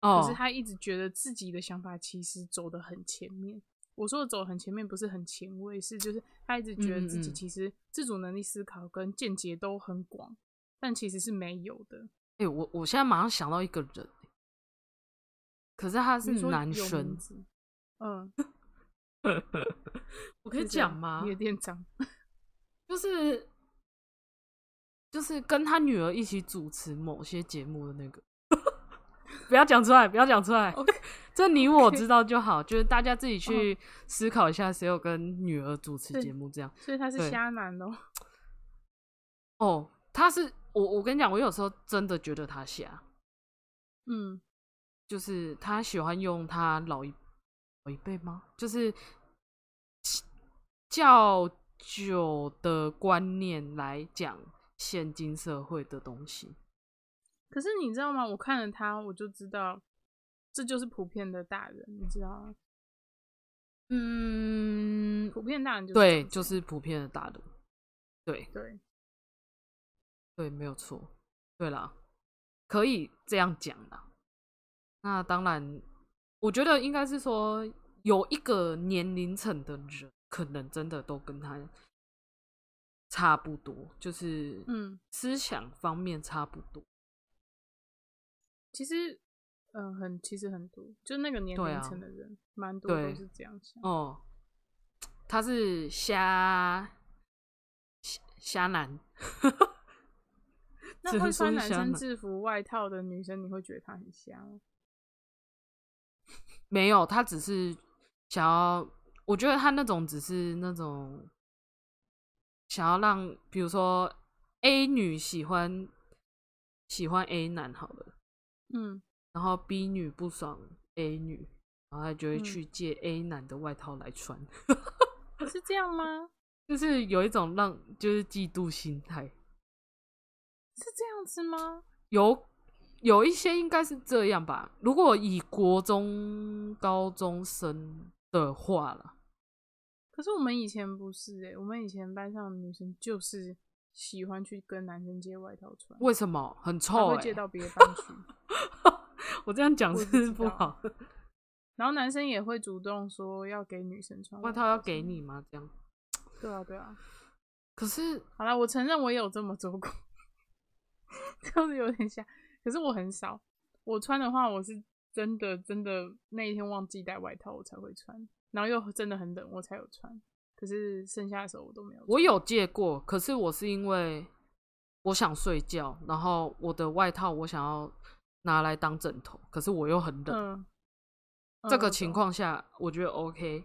[SPEAKER 1] 可是
[SPEAKER 2] 哦，
[SPEAKER 1] 他一直觉得自己的想法其实走得很前面。我说的走得很前面不是很前卫，是就是他一直觉得自
[SPEAKER 2] 嗯
[SPEAKER 1] 己
[SPEAKER 2] 嗯嗯
[SPEAKER 1] 其实自主能力思考跟见解都很广，但其实是没有的。
[SPEAKER 2] 哎、我我现在马上想到一个人欸，可是他是
[SPEAKER 1] 你说
[SPEAKER 2] 嗯男
[SPEAKER 1] 有名
[SPEAKER 2] 生，
[SPEAKER 1] 字，嗯，
[SPEAKER 2] 我可以
[SPEAKER 1] 是谁
[SPEAKER 2] 讲吗？
[SPEAKER 1] 夜店
[SPEAKER 2] [laughs]
[SPEAKER 1] 长，
[SPEAKER 2] 就是就是跟他女儿一起主持某些节目的那个， [laughs] 不要讲出来，不要讲出来 [laughs] 嗯
[SPEAKER 1] OK，
[SPEAKER 2] 这你我
[SPEAKER 1] OK
[SPEAKER 2] 知道就好，就是大家自己去思考一下，谁有跟女儿主持
[SPEAKER 1] 对
[SPEAKER 2] 节目这样。
[SPEAKER 1] 所以他是
[SPEAKER 2] 对
[SPEAKER 1] 瞎男哦。
[SPEAKER 2] 哦，他是我，我跟你讲，我有时候真的觉得他瞎，
[SPEAKER 1] 嗯，
[SPEAKER 2] 就是他喜欢用他老一老一辈吗？就是较久的观念来讲现今社会的东西。
[SPEAKER 1] 可是你知道吗？我看了他，我就知道这就是普遍的大人，你知道吗？
[SPEAKER 2] 嗯，
[SPEAKER 1] 普遍大人就是这
[SPEAKER 2] 对，
[SPEAKER 1] 样子
[SPEAKER 2] 就是普遍的大人，对
[SPEAKER 1] 对，
[SPEAKER 2] 对，没有错，对啦，可以这样讲啦。那当然，我觉得应该是说有一个年龄层的人，可能真的都跟他差不多，就是
[SPEAKER 1] 嗯，
[SPEAKER 2] 思想方面差不多。
[SPEAKER 1] 其实，嗯、很其实很多，就那个年
[SPEAKER 2] 对
[SPEAKER 1] 龄
[SPEAKER 2] 啊
[SPEAKER 1] 层的人，蛮、多都
[SPEAKER 2] 对
[SPEAKER 1] 是这样想。
[SPEAKER 2] 哦，他是虾虾虾男，
[SPEAKER 1] 那
[SPEAKER 2] [laughs] 只能
[SPEAKER 1] 会
[SPEAKER 2] 说
[SPEAKER 1] 穿
[SPEAKER 2] 是
[SPEAKER 1] 男
[SPEAKER 2] 瞎
[SPEAKER 1] 生
[SPEAKER 2] 男
[SPEAKER 1] 制服外套的女生，你会觉得她很哦瞎吗？
[SPEAKER 2] 没有，他只是想要，我觉得他那种只是那种想要让，比如说 A 女喜欢喜欢 A 男好了，
[SPEAKER 1] 嗯，
[SPEAKER 2] 然后 B 女不爽 A 女，然后他就会
[SPEAKER 1] 嗯
[SPEAKER 2] 去借 A 男的外套来穿，
[SPEAKER 1] 是这样吗？
[SPEAKER 2] 就是有一种让就是嫉妒心态，
[SPEAKER 1] 是这样子吗？
[SPEAKER 2] 有有一些应该是这样吧。如果以国中高中生的话啦，
[SPEAKER 1] 可是我们以前不是哎、我们以前班上的女生就是喜欢去跟男生借外套穿，
[SPEAKER 2] 为什么很
[SPEAKER 1] 还
[SPEAKER 2] 臭、欸？
[SPEAKER 1] 会借到别的班
[SPEAKER 2] [laughs]
[SPEAKER 1] 去，
[SPEAKER 2] 我这样讲是
[SPEAKER 1] 我
[SPEAKER 2] 不
[SPEAKER 1] 知
[SPEAKER 2] 是不
[SPEAKER 1] 道 [laughs]
[SPEAKER 2] 好？
[SPEAKER 1] 然后男生也会主动说要给女生穿
[SPEAKER 2] 外套要给你吗？这样？
[SPEAKER 1] 穿。对啊，对啊。
[SPEAKER 2] 可是
[SPEAKER 1] 好啦，我承认我也有这么做过， [laughs] 就是有点像，可是我很少。我穿的话，我是真的真的那一天忘记带外套，我才会穿，然后又真的很冷，我才有穿。可是剩下的时候我都没有穿。
[SPEAKER 2] 我有借过，可是我是因为我想睡觉，然后我的外套我想要拿来当枕头，可是我又很冷。
[SPEAKER 1] 嗯，嗯
[SPEAKER 2] 这个情，况下，我觉得 OK，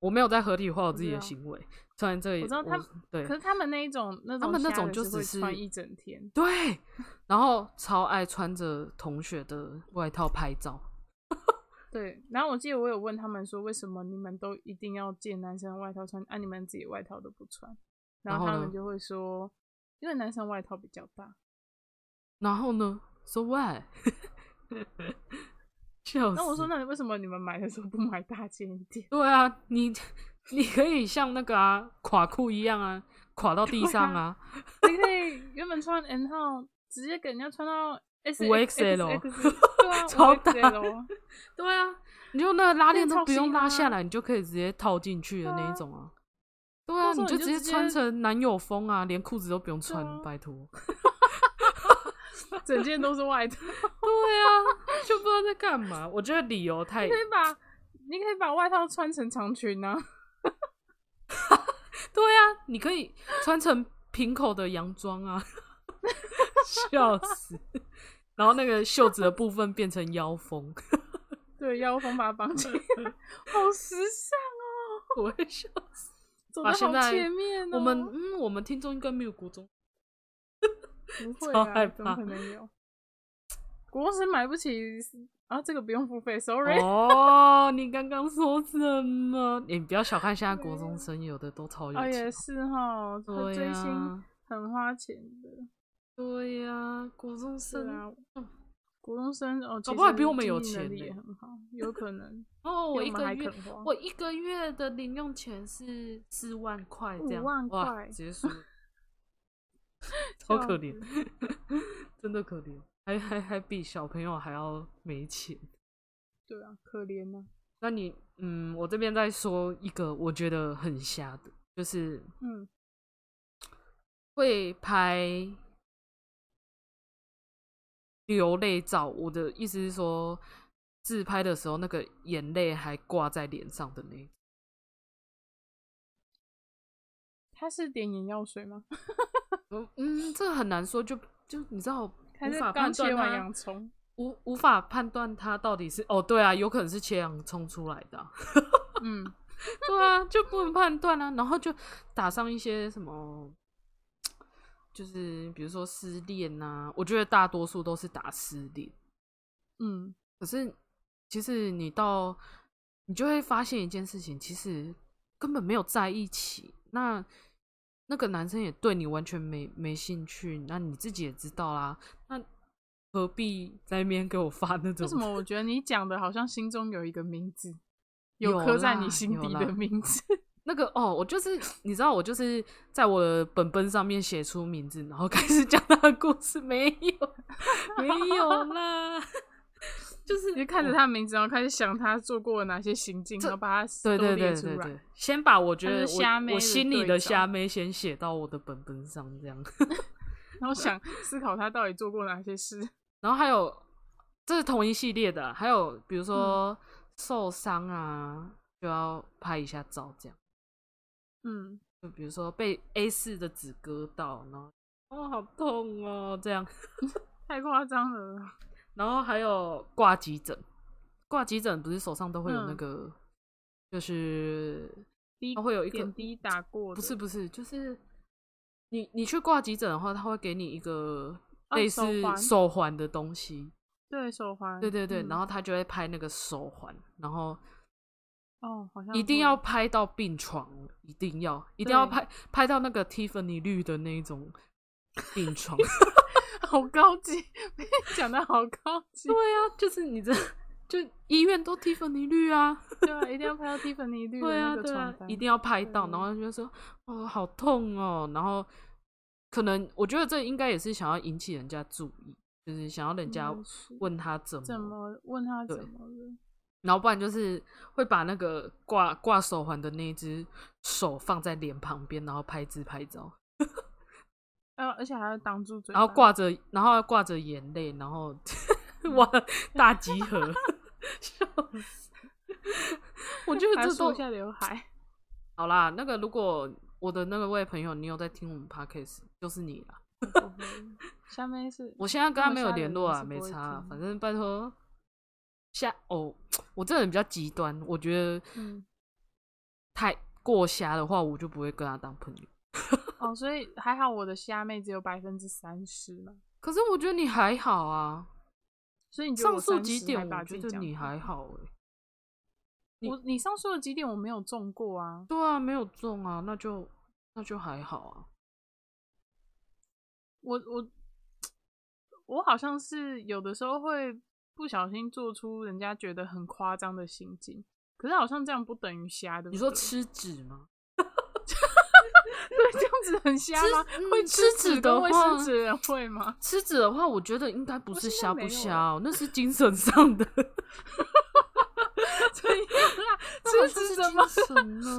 [SPEAKER 2] 我没有在合理化我自己
[SPEAKER 1] 我
[SPEAKER 2] 的
[SPEAKER 1] 知道
[SPEAKER 2] 行为。虽然这
[SPEAKER 1] 啊
[SPEAKER 2] 里
[SPEAKER 1] 我知道他我
[SPEAKER 2] 对
[SPEAKER 1] 懂可是他们那一种那种
[SPEAKER 2] 他们那
[SPEAKER 1] 瞎
[SPEAKER 2] 种
[SPEAKER 1] 人
[SPEAKER 2] 就只
[SPEAKER 1] 会
[SPEAKER 2] 是
[SPEAKER 1] 穿一整天，
[SPEAKER 2] 对，然后超爱穿着同学的外套拍照。
[SPEAKER 1] 对，然后我记得我有问他们说，为什么你们都一定要借男生的外套穿，啊，你们自己外套都不穿？然
[SPEAKER 2] 然
[SPEAKER 1] 后
[SPEAKER 2] 后
[SPEAKER 1] 他
[SPEAKER 2] 呢
[SPEAKER 1] 们就会说，因为男生外套比较大。
[SPEAKER 2] 然后呢？So
[SPEAKER 1] [laughs]
[SPEAKER 2] why？笑死！
[SPEAKER 1] 那我说，那为什么你们买的时候不买大件一点？
[SPEAKER 2] 对啊，你 [laughs] 你可以像那个啊垮裤一样啊，垮到地上啊。
[SPEAKER 1] 你可以原本穿 N 号，直接给人家穿到 S
[SPEAKER 2] 五 XL [laughs]
[SPEAKER 1] 对啊，
[SPEAKER 2] 超大
[SPEAKER 1] XL，
[SPEAKER 2] 对啊，你就那个拉
[SPEAKER 1] 那
[SPEAKER 2] 链
[SPEAKER 1] 个
[SPEAKER 2] 都
[SPEAKER 1] 超
[SPEAKER 2] 不用
[SPEAKER 1] 新
[SPEAKER 2] 拉
[SPEAKER 1] 啊
[SPEAKER 2] 下来，你就可以直接套进去的
[SPEAKER 1] 对
[SPEAKER 2] 那一
[SPEAKER 1] 啊
[SPEAKER 2] 种啊。对啊，
[SPEAKER 1] 到时候
[SPEAKER 2] 就
[SPEAKER 1] 你就
[SPEAKER 2] 直接
[SPEAKER 1] 直接
[SPEAKER 2] 穿成男友风啊，连裤子都不用
[SPEAKER 1] 对
[SPEAKER 2] 穿，
[SPEAKER 1] 啊 [laughs]
[SPEAKER 2] 拜托。
[SPEAKER 1] 整件都是外套。
[SPEAKER 2] 对啊，就不知道在干嘛。我觉得理由太
[SPEAKER 1] 你可以把你可以把外套穿成长裙啊，
[SPEAKER 2] 对啊，你可以穿成平口的洋装啊，, [laughs] 笑死！然后那个袖子的部分变成腰封，
[SPEAKER 1] 对，腰封把它绑
[SPEAKER 2] [laughs]
[SPEAKER 1] 起来，好时尚哦，
[SPEAKER 2] 我会笑死。
[SPEAKER 1] 走
[SPEAKER 2] 哇
[SPEAKER 1] 的
[SPEAKER 2] 啊现在
[SPEAKER 1] 好前面哦。
[SPEAKER 2] 我们嗯，我们听众应该没有国中，
[SPEAKER 1] 不会
[SPEAKER 2] 超害
[SPEAKER 1] 啊，怎么
[SPEAKER 2] 怕
[SPEAKER 1] 可能有？国师买不起啊，这个不用付费，sorry。
[SPEAKER 2] 哦，你刚刚说什么？你不要小看现在国中生，有的都超有
[SPEAKER 1] 啊，也
[SPEAKER 2] 钱。
[SPEAKER 1] 是哈，他
[SPEAKER 2] 对啊
[SPEAKER 1] 追
[SPEAKER 2] 呀、
[SPEAKER 1] 星很花钱的，
[SPEAKER 2] 对呀、国中
[SPEAKER 1] 对
[SPEAKER 2] 生、
[SPEAKER 1] 啊。国中生哦，
[SPEAKER 2] 嗯搞
[SPEAKER 1] 其
[SPEAKER 2] 不好
[SPEAKER 1] 实
[SPEAKER 2] 比我们有
[SPEAKER 1] 经济能
[SPEAKER 2] 钱
[SPEAKER 1] 力也
[SPEAKER 2] 呢
[SPEAKER 1] 很好，有可能。
[SPEAKER 2] 哦， [laughs] 我
[SPEAKER 1] 比
[SPEAKER 2] 一
[SPEAKER 1] 们
[SPEAKER 2] 个
[SPEAKER 1] 还
[SPEAKER 2] 月
[SPEAKER 1] 肯花
[SPEAKER 2] 我一个月的零用钱是四万块，这样
[SPEAKER 1] 五万
[SPEAKER 2] 哇
[SPEAKER 1] 块
[SPEAKER 2] 直接输了，
[SPEAKER 1] [laughs]
[SPEAKER 2] 超
[SPEAKER 1] 笑
[SPEAKER 2] 可
[SPEAKER 1] 死
[SPEAKER 2] 怜，真的可怜，还还还比小朋友还要没钱。
[SPEAKER 1] 对啊，可怜呐、
[SPEAKER 2] 那你嗯，我这边再说一个我觉得很瞎的，就是
[SPEAKER 1] 嗯，
[SPEAKER 2] 会拍流泪照。我的意思是说，自拍的时候那个眼泪还挂在脸上的那一种
[SPEAKER 1] 他是点眼药水吗？
[SPEAKER 2] 嗯嗯，这个很难说，就就你知道，
[SPEAKER 1] 他
[SPEAKER 2] 无
[SPEAKER 1] 是
[SPEAKER 2] 法
[SPEAKER 1] 刚
[SPEAKER 2] 判
[SPEAKER 1] 切
[SPEAKER 2] 断
[SPEAKER 1] 完洋
[SPEAKER 2] 他 [laughs]
[SPEAKER 1] 葱，
[SPEAKER 2] 无无法判断他到底是哦，对啊，有可能是切洋葱出来的啊、 [laughs]
[SPEAKER 1] 嗯，
[SPEAKER 2] 对啊，就不能判断啊，然后就打上一些什么，就是比如说失恋呐、我觉得大多数都是打失恋，
[SPEAKER 1] 嗯，
[SPEAKER 2] 可是其实你到你就会发现一件事情，其实根本没有在一起。那那个男生也对你完全没没兴趣，那你自己也知道啦。那何必在那边给我发那种？
[SPEAKER 1] 为什么我觉得你讲的好像心中有一个名字，
[SPEAKER 2] 有
[SPEAKER 1] 刻在
[SPEAKER 2] 啦
[SPEAKER 1] 你心
[SPEAKER 2] 有
[SPEAKER 1] 底
[SPEAKER 2] 啦
[SPEAKER 1] 的名字？ [laughs]
[SPEAKER 2] 那个哦，我就是你知道，我就是在我的本本上面写出名字，然后开始讲他的故事，没有没有啦，就是
[SPEAKER 1] [laughs] 你就看着
[SPEAKER 2] 我
[SPEAKER 1] 他的名字，然后开始想他做过哪些行径，然后把它
[SPEAKER 2] 对对
[SPEAKER 1] 都列
[SPEAKER 2] 对
[SPEAKER 1] 出
[SPEAKER 2] 对
[SPEAKER 1] 来
[SPEAKER 2] 对，先把我觉
[SPEAKER 1] 他
[SPEAKER 2] 得
[SPEAKER 1] 就是虾妹
[SPEAKER 2] 我我
[SPEAKER 1] 的
[SPEAKER 2] 心里
[SPEAKER 1] 对
[SPEAKER 2] 的
[SPEAKER 1] 照
[SPEAKER 2] 虾妹先写到我的本本上，这样。 [laughs]
[SPEAKER 1] 然后想思考他到底做过哪些事。
[SPEAKER 2] 然后还有这是同一系列的啊，还有比如说
[SPEAKER 1] 嗯
[SPEAKER 2] 受伤啊，就要拍一下照，这样。
[SPEAKER 1] 嗯，
[SPEAKER 2] 就比如说被 A 四的纸割到，然后哦好痛哦这样，
[SPEAKER 1] 太夸张了
[SPEAKER 2] 哦
[SPEAKER 1] 啦。
[SPEAKER 2] 然后还有挂急诊，挂急诊不是手上都会有那
[SPEAKER 1] 嗯
[SPEAKER 2] 个，就是
[SPEAKER 1] 滴
[SPEAKER 2] 它会有一个
[SPEAKER 1] 点滴打过的，
[SPEAKER 2] 不是不是，就是你你去挂急诊的话，他会给你一个
[SPEAKER 1] 啊
[SPEAKER 2] 类
[SPEAKER 1] 手
[SPEAKER 2] 似
[SPEAKER 1] 环
[SPEAKER 2] 手环的东西，
[SPEAKER 1] 对手环，
[SPEAKER 2] 对对对，
[SPEAKER 1] 嗯
[SPEAKER 2] 然后他就会拍那个手环，然后
[SPEAKER 1] 哦，好像
[SPEAKER 2] 一定
[SPEAKER 1] 会
[SPEAKER 2] 要拍到病床，一定要一定要
[SPEAKER 1] 对
[SPEAKER 2] 拍拍到那个 Tiffany 绿的那一种
[SPEAKER 1] [laughs]
[SPEAKER 2] 病床，
[SPEAKER 1] 好高级，讲的好高级
[SPEAKER 2] 对，啊，就是你这就医院都 Tiffany 绿啊，
[SPEAKER 1] [laughs] 对啊，一定要拍到蒂芙
[SPEAKER 2] [laughs]
[SPEAKER 1] 尼绿的
[SPEAKER 2] 对啊
[SPEAKER 1] 那个
[SPEAKER 2] 对啊
[SPEAKER 1] 床，单，嗯
[SPEAKER 2] 一定要拍到，
[SPEAKER 1] 对
[SPEAKER 2] 然后就说哦好痛哦，然后可能我觉得这应该也是想要引起人家注意，就是想要人家
[SPEAKER 1] 应该是
[SPEAKER 2] 问他怎么
[SPEAKER 1] 怎么问他
[SPEAKER 2] 对
[SPEAKER 1] 怎么了？
[SPEAKER 2] 然后不然就是会把那个挂挂手环的那一只手放在脸旁边，然后拍自拍照，
[SPEAKER 1] 呃，而且还要挡住嘴，
[SPEAKER 2] 然后，挂着，然后挂着眼泪，
[SPEAKER 1] [laughs]
[SPEAKER 2] 然后哇大集合， [laughs] 笑死！我觉得
[SPEAKER 1] [laughs] 还
[SPEAKER 2] 这
[SPEAKER 1] 梳
[SPEAKER 2] 都
[SPEAKER 1] 一下刘
[SPEAKER 2] [laughs]
[SPEAKER 1] 海。
[SPEAKER 2] 好啦。那个如果我的那个位朋友，你有在听我们 podcast，就是你啦。
[SPEAKER 1] 不会下面是
[SPEAKER 2] 我现在跟他没有联络啊，
[SPEAKER 1] 这么吓
[SPEAKER 2] 没
[SPEAKER 1] 人
[SPEAKER 2] 差啊，
[SPEAKER 1] 我
[SPEAKER 2] 反
[SPEAKER 1] 是不会听
[SPEAKER 2] 正拜托。下哦，我这个人比较极端，我觉得
[SPEAKER 1] 嗯
[SPEAKER 2] 太过瞎的话，我就不会跟他当朋友。
[SPEAKER 1] 哦，所以还好我的虾妹只有百分之三十嘛，
[SPEAKER 2] 可是我觉得你还好啊，
[SPEAKER 1] 所以你觉得
[SPEAKER 2] 上
[SPEAKER 1] 我
[SPEAKER 2] 述
[SPEAKER 1] 30
[SPEAKER 2] 几
[SPEAKER 1] 还
[SPEAKER 2] 点
[SPEAKER 1] 把
[SPEAKER 2] 我
[SPEAKER 1] 自
[SPEAKER 2] 觉
[SPEAKER 1] 己
[SPEAKER 2] 得
[SPEAKER 1] 讲
[SPEAKER 2] 你
[SPEAKER 1] 好
[SPEAKER 2] 还好哎、你
[SPEAKER 1] 我你上说的几点我没有中过啊，
[SPEAKER 2] 对啊，没有中啊，那就那就还好啊。
[SPEAKER 1] 我我我好像是有的时候会不小心做出人家觉得很夸张的行径，可是好像这样不等于瞎的。
[SPEAKER 2] 你
[SPEAKER 1] [laughs]
[SPEAKER 2] 说
[SPEAKER 1] 对
[SPEAKER 2] 吃纸吗？
[SPEAKER 1] 对这样子很瞎吗？
[SPEAKER 2] 吃
[SPEAKER 1] 会
[SPEAKER 2] 嗯
[SPEAKER 1] 吃
[SPEAKER 2] 吃
[SPEAKER 1] 纸
[SPEAKER 2] 纸的
[SPEAKER 1] 跟会
[SPEAKER 2] 话
[SPEAKER 1] 吃纸的人会
[SPEAKER 2] [laughs]
[SPEAKER 1] 吗？
[SPEAKER 2] 吃纸的话，我觉得应该不
[SPEAKER 1] 我
[SPEAKER 2] 是
[SPEAKER 1] 现在
[SPEAKER 2] 瞎
[SPEAKER 1] 没
[SPEAKER 2] 不
[SPEAKER 1] 有
[SPEAKER 2] 瞎
[SPEAKER 1] 了
[SPEAKER 2] 哦， [laughs] 那是精神
[SPEAKER 1] [laughs]
[SPEAKER 2] 上的。
[SPEAKER 1] 对呀，
[SPEAKER 2] 那
[SPEAKER 1] 吃
[SPEAKER 2] 好像
[SPEAKER 1] 纸
[SPEAKER 2] 是
[SPEAKER 1] 怎么？
[SPEAKER 2] 精神呢？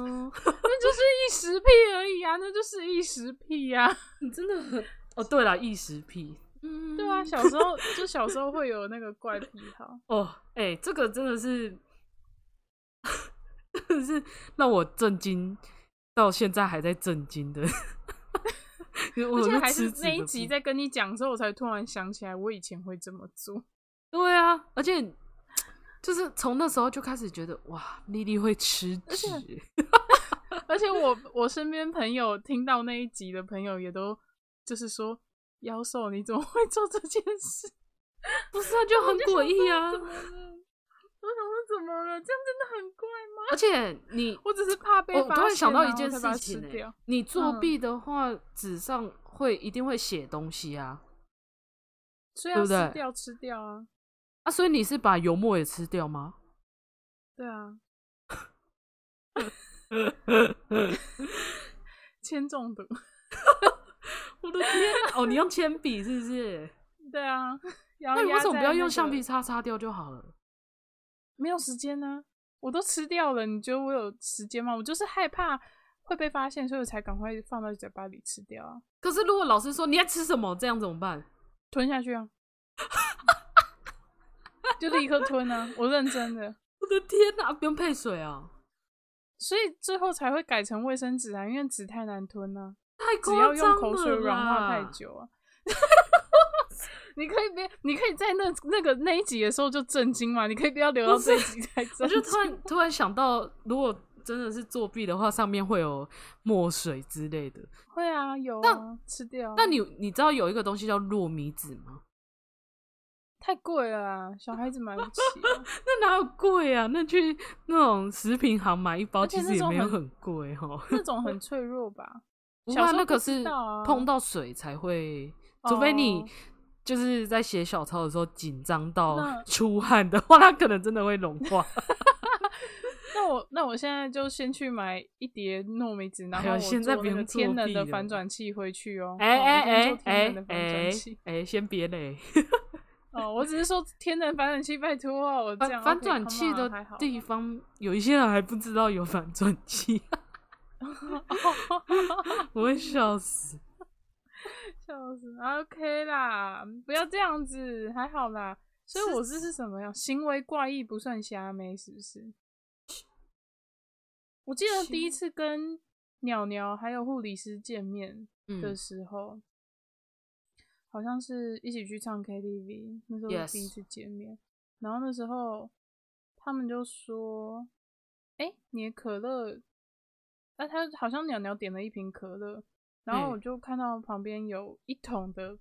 [SPEAKER 1] 那就是一时屁而已啊，那就是一时屁呀、啊。
[SPEAKER 2] [laughs] 你真的
[SPEAKER 1] [laughs]
[SPEAKER 2] 很……哦，对了，异食癖。嗯
[SPEAKER 1] 对啊，小时候就小时候会有那个怪癖好，
[SPEAKER 2] 哦，哎、这个真的是， [laughs] 真的是让我震惊，到现在还在震惊的。 [laughs] 因为 [laughs] 我
[SPEAKER 1] 而且
[SPEAKER 2] 是
[SPEAKER 1] 还是
[SPEAKER 2] 吃纸
[SPEAKER 1] 那
[SPEAKER 2] 的
[SPEAKER 1] 一
[SPEAKER 2] 部
[SPEAKER 1] 集
[SPEAKER 2] 分
[SPEAKER 1] 在跟你讲的时候，我才突然想起来，我以前会这么做。
[SPEAKER 2] 对啊，而且就是从那时候就开始觉得哇，丽丽会吃纸， [laughs]
[SPEAKER 1] 而且我 [laughs] 我身边朋友听到那一集的朋友也都就是说，妖兽你怎么会做这件事？ [laughs]
[SPEAKER 2] 不是啊，就很诡异啊
[SPEAKER 1] 我。就想说怎么了？我想说怎么了？这样真的很怪吗？
[SPEAKER 2] 而且你，
[SPEAKER 1] 我只是怕被
[SPEAKER 2] 哦我
[SPEAKER 1] 发
[SPEAKER 2] 突然
[SPEAKER 1] 现
[SPEAKER 2] 想到
[SPEAKER 1] 然
[SPEAKER 2] 一
[SPEAKER 1] 后
[SPEAKER 2] 件
[SPEAKER 1] 才把它
[SPEAKER 2] 事情、
[SPEAKER 1] 吃
[SPEAKER 2] 欸，
[SPEAKER 1] 掉
[SPEAKER 2] 你作
[SPEAKER 1] 嗯
[SPEAKER 2] 弊的话，纸上会一定会写东西啊
[SPEAKER 1] 所以要
[SPEAKER 2] 对不对
[SPEAKER 1] 吃掉吃掉啊，
[SPEAKER 2] 啊，所以你是把油墨也吃掉吗？
[SPEAKER 1] 对
[SPEAKER 2] [laughs]
[SPEAKER 1] 啊， [laughs] 铅中毒，
[SPEAKER 2] 我的天、啊！哦，你用铅笔是不是？
[SPEAKER 1] 对啊。然后
[SPEAKER 2] 那你
[SPEAKER 1] 压
[SPEAKER 2] 为什么
[SPEAKER 1] 在
[SPEAKER 2] 不要
[SPEAKER 1] 那
[SPEAKER 2] 用
[SPEAKER 1] 个
[SPEAKER 2] 橡皮擦擦掉就好了？
[SPEAKER 1] 没有时间呢、我都吃掉了，你觉得我有时间吗？我就是害怕会被发现，所以我才赶快放到嘴巴里吃掉啊，
[SPEAKER 2] 可是如果老师说你在吃什么，这样怎么办？
[SPEAKER 1] 吞下
[SPEAKER 2] [laughs]
[SPEAKER 1] 去啊，就立刻吞啊，我认真的，
[SPEAKER 2] 我的天哪、不用配水啊！
[SPEAKER 1] 所以最后才会改成卫生纸啊，因为纸太难吞啊，
[SPEAKER 2] 太
[SPEAKER 1] 只
[SPEAKER 2] 夸
[SPEAKER 1] 要
[SPEAKER 2] 张
[SPEAKER 1] 用
[SPEAKER 2] 了
[SPEAKER 1] 口水软化太
[SPEAKER 2] 啦。
[SPEAKER 1] 久啊。 [laughs] 你可以别，你可以在那那个那一集的时候就震惊嘛，你可以不要留到这一集才
[SPEAKER 2] [laughs] 我
[SPEAKER 1] 震惊。
[SPEAKER 2] 就突然突然想到，如果真的是作弊的话，上面会有墨水之类的。
[SPEAKER 1] 会啊，有啊，吃掉啊。
[SPEAKER 2] 那你你知道有一个东西叫糯米纸吗？ [laughs]
[SPEAKER 1] 太贵了啊，小孩子买不起啊、
[SPEAKER 2] 那哪有贵啊？那去那种食品行买一包，
[SPEAKER 1] 而且
[SPEAKER 2] 其实
[SPEAKER 1] 那
[SPEAKER 2] 也
[SPEAKER 1] 种
[SPEAKER 2] 没有
[SPEAKER 1] 很
[SPEAKER 2] 很贵哦。
[SPEAKER 1] 那种很脆弱吧？
[SPEAKER 2] 不
[SPEAKER 1] 小
[SPEAKER 2] 过
[SPEAKER 1] 时候
[SPEAKER 2] 那
[SPEAKER 1] 不
[SPEAKER 2] 个
[SPEAKER 1] 知
[SPEAKER 2] 是
[SPEAKER 1] 道啊
[SPEAKER 2] 碰到水才会， [laughs] 除非你
[SPEAKER 1] 哦
[SPEAKER 2] 就是在写小抄的时候紧张到
[SPEAKER 1] 那
[SPEAKER 2] [laughs] 出汗的话，它可能真的会融
[SPEAKER 1] [laughs]
[SPEAKER 2] 化。
[SPEAKER 1] 那我那我现在就先去买一叠糯米纸，然
[SPEAKER 2] 哎
[SPEAKER 1] 后
[SPEAKER 2] 呦
[SPEAKER 1] 我
[SPEAKER 2] 现在
[SPEAKER 1] 坐
[SPEAKER 2] 不
[SPEAKER 1] 那
[SPEAKER 2] 用
[SPEAKER 1] 个
[SPEAKER 2] 作
[SPEAKER 1] 天能
[SPEAKER 2] 弊
[SPEAKER 1] 的
[SPEAKER 2] 了
[SPEAKER 1] 反转器回去哦。
[SPEAKER 2] 哎哎
[SPEAKER 1] 哦我一定
[SPEAKER 2] 哎
[SPEAKER 1] 做天能的
[SPEAKER 2] 哎
[SPEAKER 1] 反转
[SPEAKER 2] 哎
[SPEAKER 1] 器
[SPEAKER 2] 哎，先别嘞！
[SPEAKER 1] 哦，我只是说天能反转器，拜托哦， [laughs] 我这样
[SPEAKER 2] 反反
[SPEAKER 1] OK，
[SPEAKER 2] 转
[SPEAKER 1] come
[SPEAKER 2] 器
[SPEAKER 1] on，
[SPEAKER 2] 的
[SPEAKER 1] 还好
[SPEAKER 2] 地方，有一些人还不知道有反转器，我会笑死。
[SPEAKER 1] 笑死，OK 啦，嗯不要这样子，还好啦。所以我这是什么呀？行为怪异不算瞎妹，是不是？我记得
[SPEAKER 2] 行
[SPEAKER 1] 第一次跟鸟鸟还有护理师见面的
[SPEAKER 2] 嗯，
[SPEAKER 1] 时候，好像是一起去唱 KTV，那时候
[SPEAKER 2] Yes
[SPEAKER 1] 第一次见面。然后那时候他们就说：“哎、你的可乐，那、他好像鸟鸟点了一瓶可乐，然后
[SPEAKER 2] 嗯
[SPEAKER 1] 我就看到旁边有一桶的，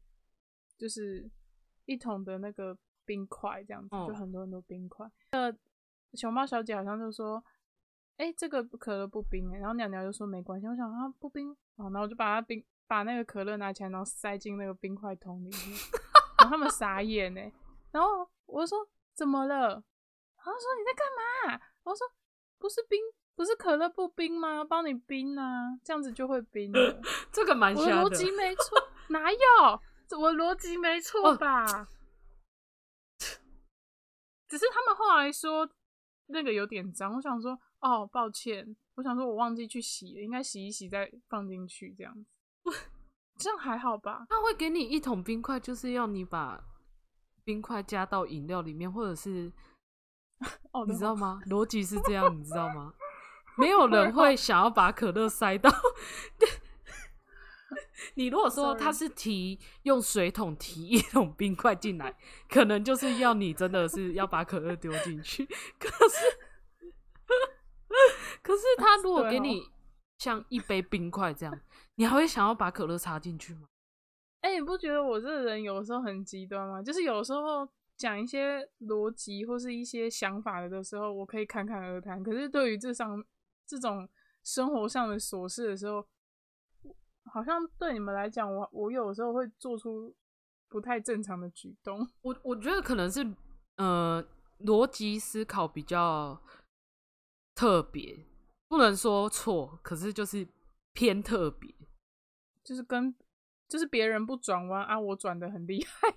[SPEAKER 1] 就是一桶的那个冰块，这样子、
[SPEAKER 2] 哦
[SPEAKER 1] 就很多很多冰块。呃，熊猫小姐好像就说：“哎、这个可乐不冰、欸。”然后鸟鸟就说：“没关系。”我想啊，不冰啊，然后我就把它冰把那个可乐拿起来，然后塞进那个冰块桶里面，然后他们傻眼哎、然后我就说：“怎么了？”然后说：“你在干嘛、我说：“不是冰。”不是可乐不冰吗？帮你冰啊，这样子就会冰了。
[SPEAKER 2] 这个蛮
[SPEAKER 1] 我的
[SPEAKER 2] 瞎
[SPEAKER 1] 逻
[SPEAKER 2] 的。
[SPEAKER 1] 辑没错，哪有？我逻辑没错吧？只是他们后来说那个有点脏，我想说哦，抱歉，我想说我忘记去洗了，应该洗一洗再放进去这样子， [laughs] 这样还好吧？
[SPEAKER 2] 他会给你一桶冰块，就是要你把冰块加到饮料里面，或者是
[SPEAKER 1] 哦，
[SPEAKER 2] 你知
[SPEAKER 1] 对
[SPEAKER 2] 道
[SPEAKER 1] [laughs]
[SPEAKER 2] 吗？逻辑是这样，你知道吗？没有人会想要把可乐
[SPEAKER 1] [laughs]
[SPEAKER 2] 塞到。你如果说
[SPEAKER 1] Sorry
[SPEAKER 2] 他是提用水桶提一桶冰块进来，可能就是要你真的是要把可乐丢进去。可是，可是他如果
[SPEAKER 1] 对哦
[SPEAKER 2] 给你像一杯冰块这样，你还会想要把可乐插进去吗？
[SPEAKER 1] 哎、你不觉得我这个人有时候很极端吗？就是有时候讲一些逻辑或是一些想法的时候，我可以侃侃而谈。可是对于这上这种生活上的琐事的时候，我好像对你们来讲，我我有时候会做出不太正常的举动。
[SPEAKER 2] 我我觉得可能是呃逻辑思考比较特别，不能说错，可是就是偏特别。
[SPEAKER 1] 就是跟就是别人不转弯啊，我转的很厉害。